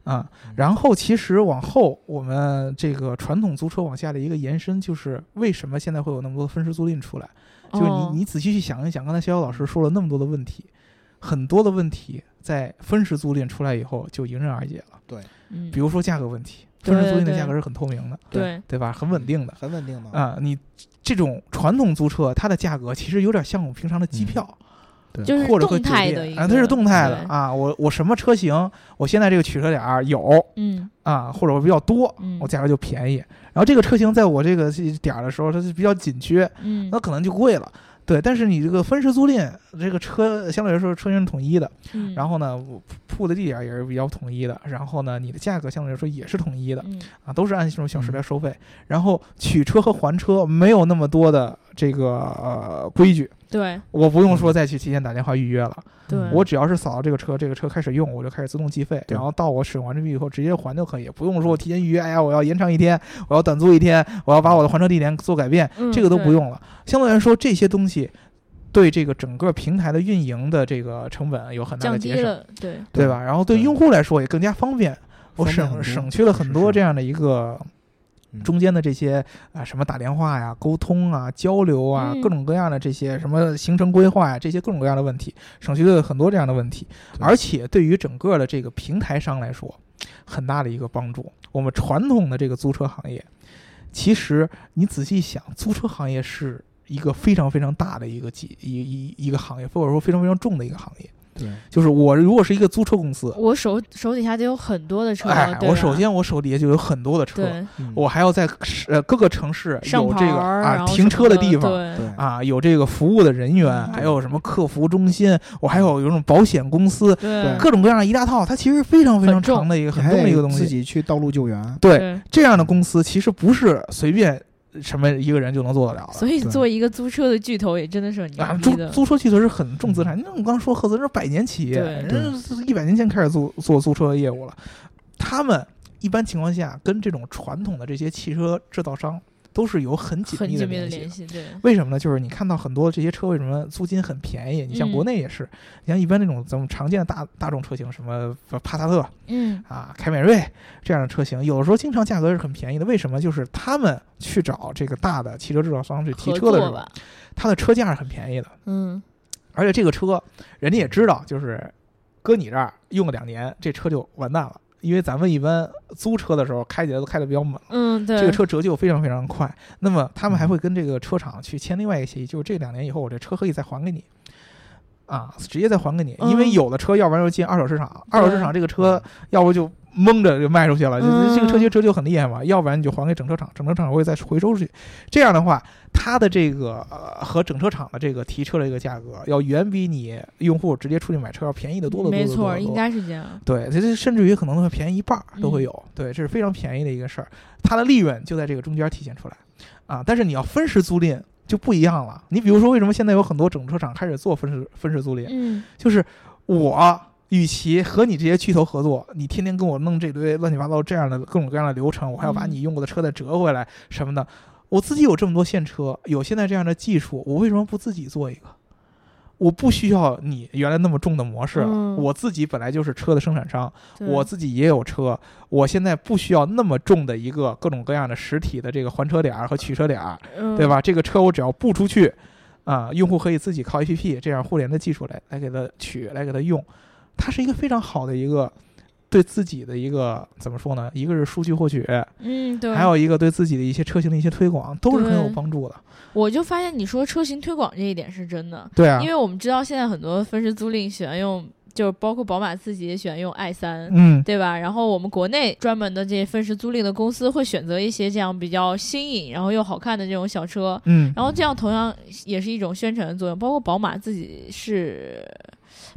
啊。然后其实往后我们这个传统租车往下的一个延伸，就是为什么现在会有那么多分时租赁出来？就是
哦
你你仔细去想一想，刚才逍遥老师说了那么多的问题，很多的问题在分时租赁出来以后就迎刃而解了。
嗯
比如说价格问题，分时
对
租赁
对
的
对
价格是很透明的，
对，
对吧？很稳定的。
很稳定的，
啊、你这种传统租车，它的价格其实有点像我们平常的机票，
就是
或者和
动
酒
态
店
的一个，
啊，它是动态的
对，
啊。我我什么车型，我现在这个取车点儿有
嗯
啊，或者我比较多，
嗯，
我价格就便宜。然后这个车型在我这个点儿的时候，它是比较紧缺，
嗯
那可能就贵了。对，但是你这个分时租赁，这个车相对来说车型是统一的，
嗯，
然
后
后呢，我铺的地点儿也是比较统一的，然后呢，你的价格相对来说也是统一的，
嗯
啊，都是按这种小时
嗯
来收费。然后取车和还车没有那么多的这个呃规矩，
对
我不用
嗯
说再去提前打电话预约了，
对，
嗯
我只要是扫到这个车，这个车开始用，我就开始自动计费，
对
然后到我使用完这笔以后直接还就可以，不用说
嗯
我提前预约，哎呀，我要延长一天，我要短租一天，我要把我的还车地点做改变，
嗯
这个都不
对
用了。相对来说，这些东西。对这个整个平台的运营的这个成本有很大
降
的
低
节省，
了，对，
对吧？然后对
对
用户来说也更加方便，我
方便
省
很多
省去了很
是
多
是
这样的一个
嗯
中间的这些啊、什么打电话呀、沟通啊、交流啊，
嗯
各种各样的这些什么行程规划呀，这些各种各样的问题，省去了很多这样的问题，
对
而且对于整个的这个平台商来说，很大的一个帮助。我们传统的这个租车行业，其实你仔细想，租车行业是。一个非常非常大的一个几一一一个行业，或者说非常非常重的一个行业，
对
就是我如果是一个租车公司，
我手手底下得有很多的车，
哎，
对
我
吧
首先我手底下就有很多的车，
对
嗯
我还要在呃各个城市
上
有这
牌
个
儿
啊
然后
停
什么
车的地方
对嗯
对，
啊，有这个服务的人员，还有什么客服中心，我还有有种保险公司，
对
各种各样一大套，它其实非常非
嗯
常
很重哎
长的一个很
还
重的一
得
个东
自
西。
己去道路救援。
对，
对，
这样的公司其实不是随便什么一个人就能做得了的。
所以
对
做一个租车的巨头也真的是很牛
啊，租
逼的。
租车汽车是很重资产。那我刚说合资是百年企业，
对
人家一百年前开始做做租车业务了。他们一般情况下跟这种传统的这些汽车制造商都是有很紧
很
密的
紧密的
联系
联。系，对，
为什么呢？就是你看到很多这些车为什么租金很便宜？你像
嗯
国内也是，你像一般那种咱们常见的大大众车型，什么帕萨特
嗯，
啊、凯美瑞这样的车型，有的时候经常价格是很便宜的。为什么？就是他们去找这个大的汽车制造商去提
合
车的时
作
候，
吧，
它的车价是很便宜的，
嗯，
而且这个车人家也知道，就是搁你这儿用个两年，这车就完蛋了。因为咱们一般租车的时候开起来都开得比较猛，
嗯，对，嗯
这个车折旧非常非常快。那么他们还会跟这个车厂去签另外一个协议，就是这两年以后我这车可以再还给你，啊，直接再还给你。因为
嗯
有的车要不然就进二手市场，二手市
对
场这个车要不就蒙着就卖出去了，
嗯
就这个车其实折旧很厉害嘛，要不然你就还给整车厂，整车厂会再回收出去。这样的话，它的这个呃和整车厂的这个提车的这个价格，要远比你用户直接出去买车要便宜的多得多
没
得多得多
错，应该是这样。
对，这这甚至于可能会便宜一半儿都会
嗯
有，对，这是非常便宜的一个事儿，它的利润就在这个中间体现出来啊。但是你要分时租赁就不一样了，你比如说为什么现在有很多整车厂开始做分时分时租赁，
嗯，
就是我。与其和你这些巨头合作，你天天跟我弄这堆乱七八糟这样的各种各样的流程，我还要把
嗯
你用过的车再折回来什么的，我自己有这么多现车，有现在这样的技术，我为什么不自己做一个？我不需要你原来那么重的模式了，
嗯
我自己本来就是车的生产商，
对
我自己也有车，我现在不需要那么重的一个各种各样的实体的这个还车点儿和取车点儿，
嗯
对？吧？这个车我只要不出去，啊、用户可以自己靠 APP 这样互联的技术来来给它取，来给它用，它是一个非常好的一个对自己的一个怎么说呢？一个是数据获取，
嗯，嗯对。
还有一个对自己的一些车型的一些推广，都是很有
对
帮助的。
我就发现你说车型推广这一点是真的，
对啊
因，为我们知道现在很多分时租赁喜欢用，就是包括宝马自己也喜欢用 i 三、
嗯，
对吧？然后我们国内专门的这些分时租赁的公司会选择一些这样比较新颖，然后又好看的这种小车，
嗯，
然后这样同样也是一种宣传的作用。包括宝马自己是，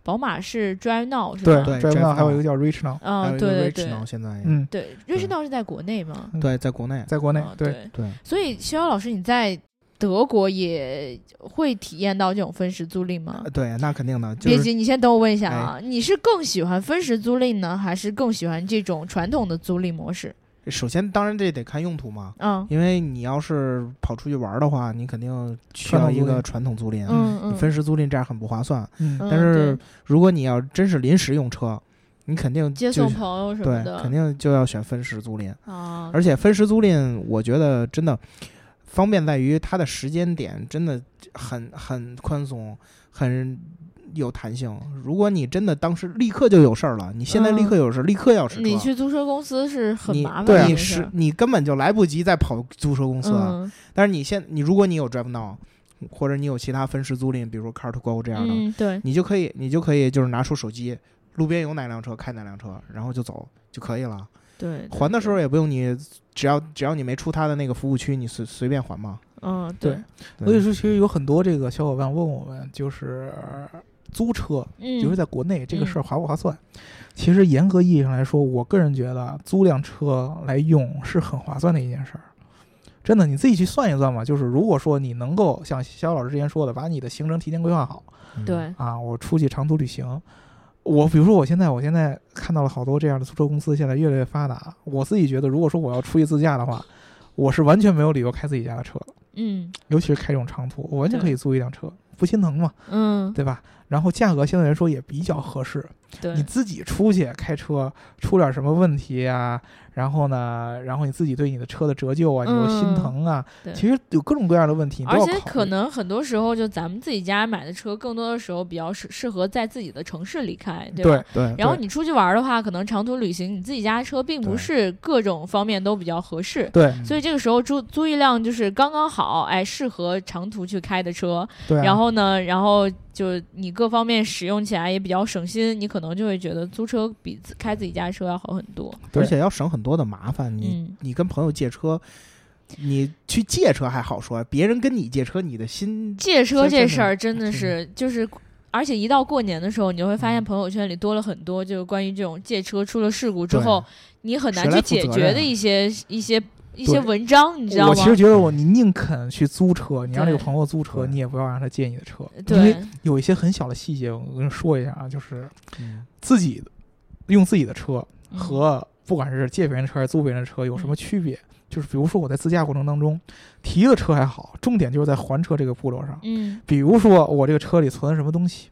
宝马是 Drive Now 是
对
吧？
对
，Drive Now
Drive
还有一个叫 Rich Now，
还
嗯
有，一
对
个
对对
Rich 现在也
嗯，
对，瑞士 Now 是在国内吗？
对，在国内，
在国内
啊
对。
对，
所以逍遥老师，你在德国也会体验到这种分时租赁吗？
呃对，那肯定的，就
别
是哎
急，你先等我问一下啊，你是更喜欢分时租赁呢，还是更喜欢这种传统的租赁模式？
首先，当然这得看用途嘛。
嗯
因为你要是跑出去玩的话，你肯定需要一个传统租赁，啊
嗯
你
嗯，
分时租赁这样很不划算。
嗯
嗯
但是
对
如果你要真是临时用车，你肯定
接
就
送朋友什么
对
的，，
肯定就要选分时租赁。
啊，
而且分时租赁，我觉得真的方便在于它的时间点真的很很宽松，很有弹性。如果你真的当时立刻就有事儿了，你现在立刻有事，立刻要是车，
嗯你去租车公司是很
你
麻烦
对
的
啊，
一
你
个事
是
儿，
你根本就来不及再跑租车公司啊了。
嗯
但是你现你如果你有 Drive Now，或者你有其他分时租赁，比如说 Car to Go 这样的，
嗯，对，
你就可以你就可以就是拿出手机，路边有哪辆车开哪辆车，然后就走就可以了。
对，
还的时候
对，
也不用你，只要只要你没出他的那个服务区，你随随便还嘛。
嗯，
对，所以说，其实有很多这个小伙伴问我们，就是呃租车，
嗯，
尤其在国内这个事儿划不划算？其实严格意义上来说，我个人觉得租辆车来用是很划算的一件事儿。真的，你自己去算一算嘛。就是如果说你能够像肖老师之前说的，把你的行程提前规划好
嗯，
对，
啊，我出去长途旅行，我比如说我现在我现在看到了好多这样的租车公司，现在越来越发达。我自己觉得，如果说我要出去自驾的话，我是完全没有理由开自己家的车的。
嗯
尤其是开这种长途，我完全
对
可以租一辆车，不心疼嘛，
嗯，
对吧？然后价格相对来说也比较合适，
对
你，自己出去开车出点什么问题啊，然后呢，然后你自己对你的车的折旧啊，你说心疼啊，
嗯对
其实有各种各样的问题，你都
而
要
且
考虑
可能很多时候就咱们自己家买的车，更多的时候比较适适合在自己的城市里开，对吧？
对
嗯对，
然后
对
你出去玩儿的话，可能长途旅行，你自己家车并不
对嗯
是各种方面都比较合适。
对
所以这个时候租租一辆就是刚刚好，哎，适合长途去开的车。
对啊，
然后呢，然后就你各方面使用起来也比较省心，你可能就会觉得租车比自开自己家车要好很多。
对
而且要省很多的麻烦。你
嗯，
你跟朋友借车，你去借车还好说，别人跟你借车，你的心
借车这
这
事儿真的
真
是就是。而且一到过年的时候，你就会发现朋友圈里多了很多，就是关于这种借车出了事故之
对
后，你很难
谁
去
来负
解
责
决
任
的
啊
一些一些一些文章，你知道
我
吗？
其实觉得我，你宁肯去租车，你让这个
对呃
朋友租车，
对
你也不要让他借你的车，因为
对，
有一些很小的细节，我跟你说一下啊，就是
嗯
自己用自己的车
嗯
和不管是借别人的车还是租别人的车有什么区别？就是比如说我在自驾过程当中提的车还好，重点就是在还车这个步骤上。
嗯，
比如说我这个车里存了什么东西，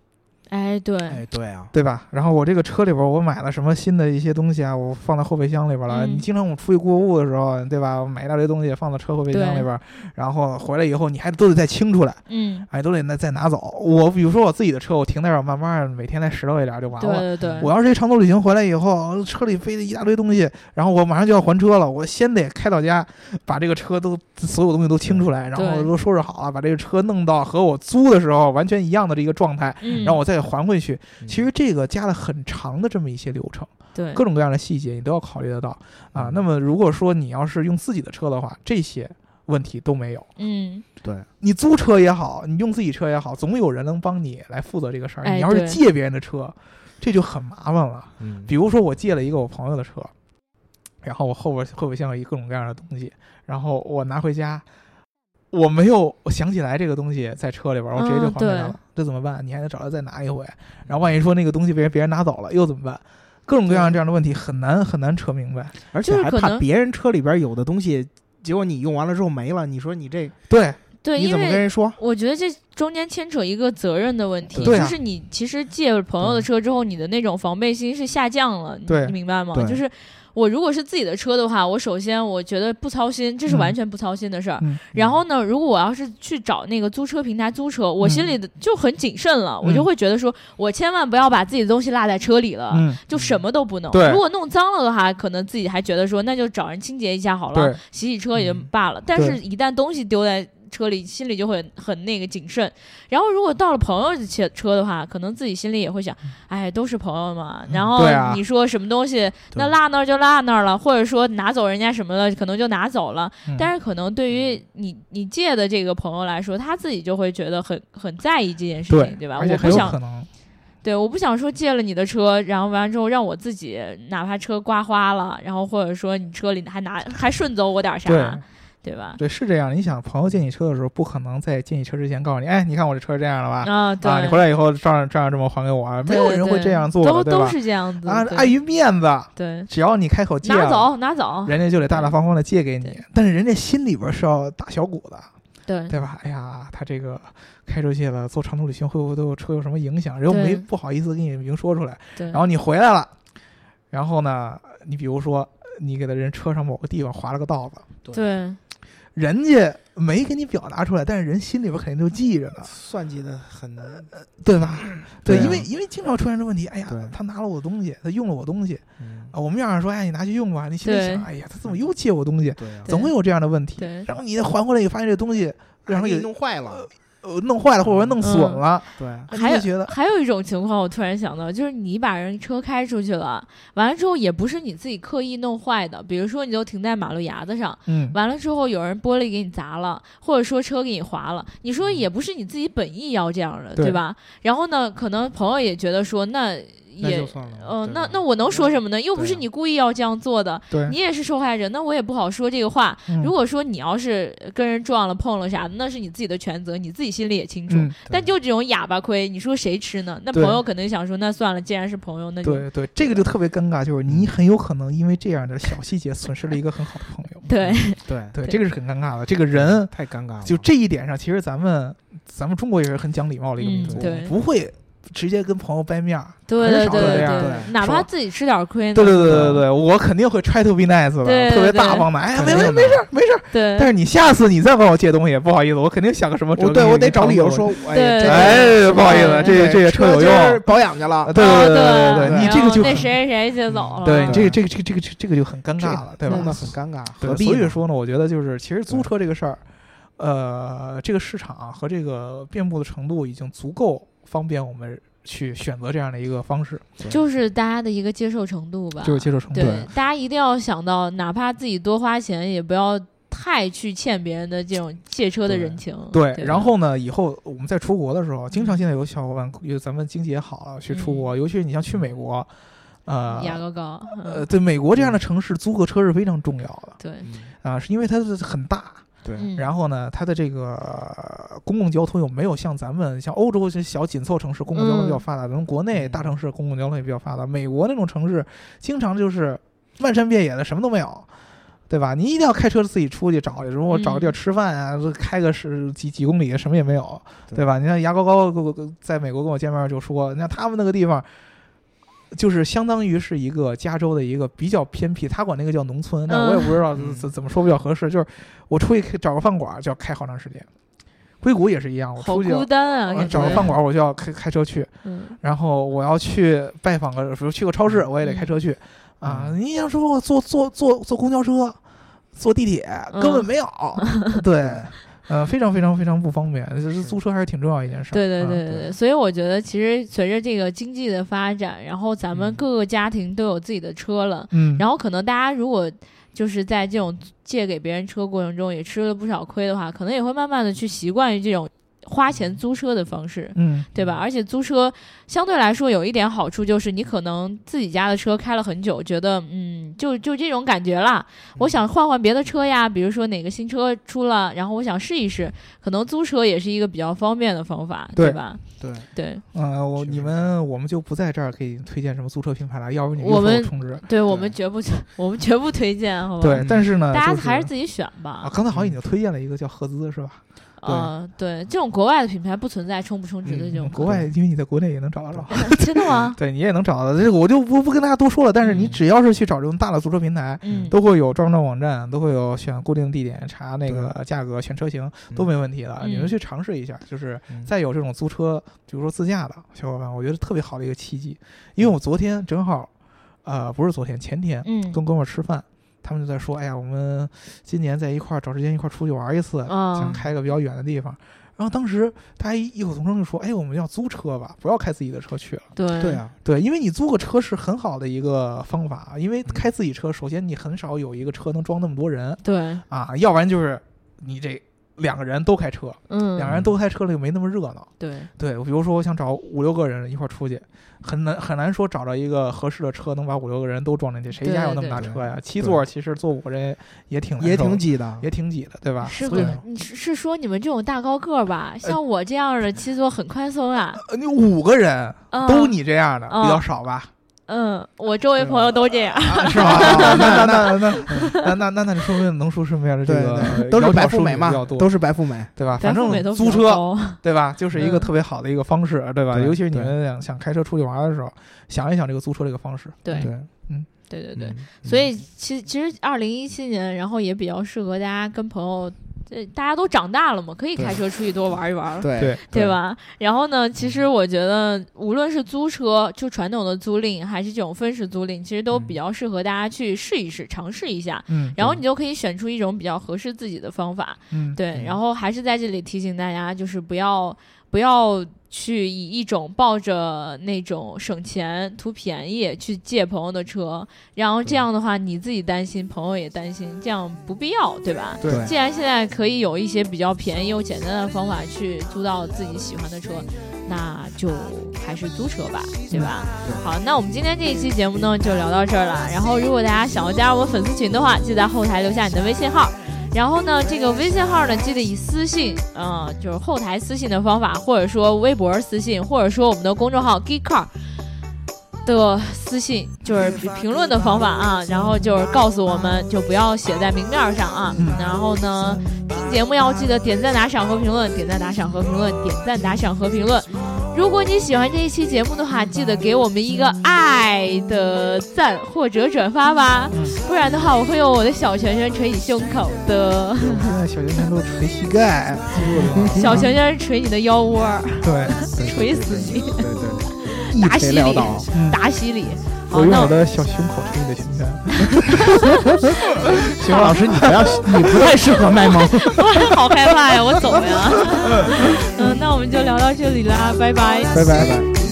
哎，对，
哎，对啊，
对吧？然后我这个车里边我买了什么新的一些东西啊，我放在后备箱里边了。
嗯
你经常我们出去购物的时候，对吧？我买一大堆东西放到车后备箱里边，然后回来以后你还都得再清出来，
嗯，
哎，都得再再拿走。我比如说我自己的车，我停在这儿，慢慢每天再拾掇一点就完
对
了。
对对，
我要是这长途旅行回来以后，车里飞了一大堆东西，然后我马上就要还车了，我先得开到家，把这个车都所有东西都清出来，然后
对
都收拾好了，把这个车弄到和我租的时候完全一样的这个状态，
嗯，
然后我再还回去。其
嗯
实这个加了很长的这么一些流程，
对
各种各样的细节你都要考虑得到啊。
嗯
那么如果说你要是用自己的车的话，这些问题都没有。
嗯，
你租车也好，你用自己车也好，总有人能帮你来负责这个事儿。
哎
你要是
对
借别人的车，这就很麻烦了。
嗯
比如说我借了一个我朋友的车，然后我后边后备箱有一各种各样的东西，然后我拿回家，我没有我想起来这个东西在车里边，我直接
嗯
就还给他
对
了，这怎么办？你还得找他再拿一回，然后万一说那个东西被人别人拿走了又怎么办？各种各样这样的问题很难很难扯明白。
而且
就是
还
可
怕
能
别人车里边有的东西，结果你用完了之后没了，你说你这
对
对，
你
因
怎么
为
跟人说？
我觉得这中间牵扯一个责任的问题，
对啊
就是你其实借朋友的车之后，你的那种防备心是下降了，你
对
你明白吗？
对
就是我如果是自己的车的话，我首先我觉得不操心，这是完全不操心的事儿。
嗯，
然后呢，如果我要是去找那个租车平台租车，我
嗯
心里的就很谨慎了，我
嗯
就会觉得说，我千万不要把自己的东西落在车里了。
嗯，
就什么都不能。
对
如果弄脏了的话，可能自己还觉得说，那就找人清洁一下好了
对，
洗洗车也就
嗯
罢了。但是，
对
一旦东西丢在车里，心里就会很那个谨慎。然后，如果到了朋友的车车的话，可能自己心里也会想，哎，都是朋友嘛。然后
嗯对啊
你说什么东西，那落那儿就落那儿了，或者说拿走人家什么了，可能就拿走了。
嗯
但是，可能对于你你借的这个朋友来说，他自己就会觉得很很在意这件事
对
情，对吧？
而且
我
很
不
有
想
可能，
对，我不想说借了你的车，然后完了之后让我自己哪怕车刮花了，然后或者说你车里还拿还顺走我点儿啥，
对
对吧？
对是这样。你想，朋友借你车的时候，不可能在借你车之前告诉你，哎，你看我这车是这样的吧？
啊，对，
啊，你回来以后照样照样这么还给我啊，没
对
有人会
对
这样做
都
的，对
都
吧？
是这样子
啊，
对
碍于面子，
对，
只要你开口借
拿
了，
走拿走，
人家就得大大方方的借给你
对。
但是人家心里边是要打小鼓的，
对
对吧？哎呀，他这个开出去了，做长途旅行会不会对我车有什么影响？人又
对
没不好意思跟你明说出来。
对，
然后你回来了，然后呢，你比如说你给他人车上某个地方划了个道子，
对
人家没给你表达出来，但是人心里边肯定就记着呢。
算计的很，
对吧？
对啊
因为因为经常出现这问题，哎呀
对，
他拿了我东西，他用了我东西
嗯
哦
啊，我们要是说，哎，你拿去用吧，你心里
对
想，哎呀，他怎么又借我东西？
对啊
对
总会有这样的问题。
对
然后你还回来，也发现这东西让
让
人
你
给
弄坏了，
呃弄坏了，或者说弄损了，
对，
那
嗯还
你
有
就觉得
还有一种情况，我突然想到，就是你把人车开出去了，完了之后也不是你自己刻意弄坏的，比如说你就停在马路牙子上，
嗯，
完了之后有人玻璃给你砸了，或者说车给你划了，你说也不是你自己本意要这样的，
嗯对
对吧？然后呢，可能朋友也觉得说那
那
也
就。算了。
呃，
对
那
吧
那我能说什么呢？又不
对
是
啊
你故意要这样做的，
对
你。也是受害人，那我也不好说这个话。
嗯
如果说你要是跟人撞了、碰了啥的，那是你自己的全责，你自己心里也清楚。
嗯，
但就这种哑巴亏，你说谁吃呢？那朋
对
友可能想说，那算了，既然是朋友，那就
对对，这个就特别尴尬，就是
嗯
你很有可能因为这样的小细节损失了一个很好的 朋友。
对
对
对
对，这个是很尴尬的。这个人
太尴尬了，
就这一点上，其实咱们咱们中国也是很讲礼貌的一个民族，
嗯对
不会直接跟朋友掰面儿。
对
很
对
少
对
有这
对
样
的
哪怕
说
自己吃点亏呢。
对对对对对对，我肯定会 try to be nice 的，
对
特
对
别大方的。哎呀，
肯
没
定的
没没事儿没事儿。
对
但是你下次你再管我借东西，不好意思，我肯定想个什么辙。
我对我得找理由。说，
对
哎这
对
个
哎，
对
不好意思，这
对
这个车有
今儿
用。
保养去了
对，对对
哦
对对，你
然
这个
后
就
那
很
谁谁就走了。嗯
对，你这个
对
这个这个这个这个就很尴尬了，对吧
弄？得很尴尬，何
对，
必
所以
呢
说呢，我觉得就是其实租车这个事儿，呃，这个市场和这个遍布的程度已经足够方便我们去选择这样的一个方式，
就是大家的一个接受程度吧。
就是接受程度。
对，大家一定要想到，哪怕自己多花钱，也不要太去欠别人的这种借车的人情。
对，
吧
然后呢，以后我们在出国的时候，经常现在有小伙伴，有咱们经济也好了，去出国，尤其是你像去美国，呃，
牙膏膏，嗯
呃，对美国这样的城市，租个车是非常重要的
对，
啊，是因为它是很大，
对
嗯
然后呢，它的这个呃公共交通又没有像咱们像欧洲这小紧凑城市公共交通比较发达，咱们国内大城市公共交通也比较发达。美国那种城市经常就是漫山遍野的，什么都没有，对吧？你一定要开车自己出去找，然后找个地儿吃饭啊，开个十几几公里，什么也没有，
对
对吧？你看牙膏膏跟我跟在美国跟我见面就说，你看他们那个地方。就是相当于是一个加州的一个比较偏僻，他管那个叫农村，但我也不知道
嗯
怎怎么说比较合适。就是我出去开找个饭馆就要开好长时间，硅谷也是一样，我
好
出去要
孤单啊，
呃
感觉
找个饭，馆我就要开开车去，
嗯
然后我要去拜访个，比如去个超市，我也得
嗯
开车去啊。
嗯
你要说我坐坐坐坐公交车，坐地铁
嗯
根本没 有，对，呃，非常非常非常不方便。就是租车还是挺重要一件事儿。
对对
嗯
对对对，所以我觉得其实随着这个经济的发展，然后咱们
嗯
各个家庭都有自己的车了，
嗯，
然后可能大家如果就是在这种借给别人车过程中也吃了不少亏的话，可能也会慢慢的去习惯于这种花钱租车的方式，
嗯
对吧？而且租车相对来说有一点好处，就是你可能自己家的车开了很久，觉得嗯，就就这种感觉啦。我想换换别的车呀，比如说哪个新车出了，然后我想试一试，可能租车也是一个比较方便的方法，
对
吧？
对，嗯
对，
呃，我
确实
你们我们就不在这儿给你推荐什么租车品牌了，要不你
我们
又说充值。
对我们绝不， 我们绝不推荐，好吧？
对，但是呢，
大家
就是
还是自己嗯选吧
啊，。刚才好像已经推荐了一个叫合资是吧？
嗯、对，这种国外的品牌不存在充不充值的这种、
嗯国外，因为你在国内也能找得着。
真的吗？
对你也能找到，这个我就不不跟大家多说了。但是你
嗯
只要是去找这种大的租车平台，
嗯，
都会有专门的网站，都会有选固定地点、查那个
对
价格、选车型，都没问题的。
嗯
你们去尝试一下，就是
嗯
再有这种租车，比如说自驾的小伙伴，我觉得特别好的一个契机。因为我昨天正好，呃，不是昨天，前天
嗯
跟哥们儿吃饭，他们就在说，哎呀，我们今年在一块儿找时间一块儿出去玩一次，
啊
想开个比较远的地方。然后当时大家一异口同声就说：“哎，我们要租车吧，不要开自己的车去了。”
对
对，啊，
对，因为你租个车是很好的一个方法，啊因为
嗯
开自己车，首先你很少有一个车能装那么多人
对，
啊，要不然就是你这两个人都开车，
嗯，
两个人都开车了就没那么热闹。
对，
对，比如说我想找五六个人一块儿出去，很难很难说找着一个合适的车能把五六个人都装进去，谁
对
家有
对
那么
对
大
对
车呀？七
对
座其实坐五个人也挺难
啊也
受
挺
的
挤的，
也挺挤的，对吧？
是
所以
你你是是说你们这种大高个儿吧？像我这样的七座很宽松啊，
呃你五个人
嗯
都你这样的比
嗯
较少 吧？
嗯，我周围朋友都这样，
啊 是吧？那那那那那那那那，说明能说什么呀？这
对
个
对，都是白富美
美
嘛
比较，多，
都是白富美。
对吧？
咱
反
父母也
正
都
租
比较
车
高
对吧，就是一个
嗯
特别好的一个方式，对吧？
对
尤其是你
对
们想想开车出去玩的时候，想一想这个租车这个方式。
对
对嗯
对对
对
嗯
对，，所以其其实二零一七年，然后也比较适合大家跟朋友，这大家都长大了嘛，可以开车出去多玩一 玩了。
对
对
对？吧？然后呢，其实我觉得，无论是租车，就传统的租赁，还是这种分时租赁，其实都
嗯
比较适合大家去试一试、尝试一下。
嗯，
然后你就可以选出一种比较合适自己的方法，
嗯，
对。
嗯
然后还是在这里提醒大家，就是不要不要去以一种抱着那种省钱、图便宜去借朋友的车，然后这样的话你自己担心，朋友也担心，这样不必要，对吧？
对
对
既然现在可以有一些比较便宜又简单的方法去租到自己喜欢的车，那就还是租车吧，对吧？好，那我们今天这一期节目呢就聊到这儿了。然后如果大家想要加入我粉丝群的话，记得在后台留下你的微信号。然后呢，这个微信号呢，记得以私信，嗯、就是后台私信的方法，或者说微博私信，或者说我们的公众号 Geek Car 的私信，就是评论的方法
嗯
啊。然后就是告诉我们，就不要写在明面上啊。
嗯
然后呢，听节目要记得点赞、打赏和评论，点赞、打赏和评论，点赞、打赏和评论。如果你喜欢这一期节目的话，记得给我们一个爱的赞或者转发吧，
嗯
不然的话我会用我的小拳拳捶你胸口的，
我现在小学生都捶膝盖，
小拳拳捶你的腰窝，
对，
捶死你，
对对，一
打
锤
洗
撂
礼
倒。，
嗯
打洗礼。好，
我用
那
我
我
的小胸口捶你的胸盖。
行，老师，你不要，你不太适合卖萌。
我 好害怕呀，我走呀。嗯，那我们就聊到这里啦，拜拜。
拜拜拜。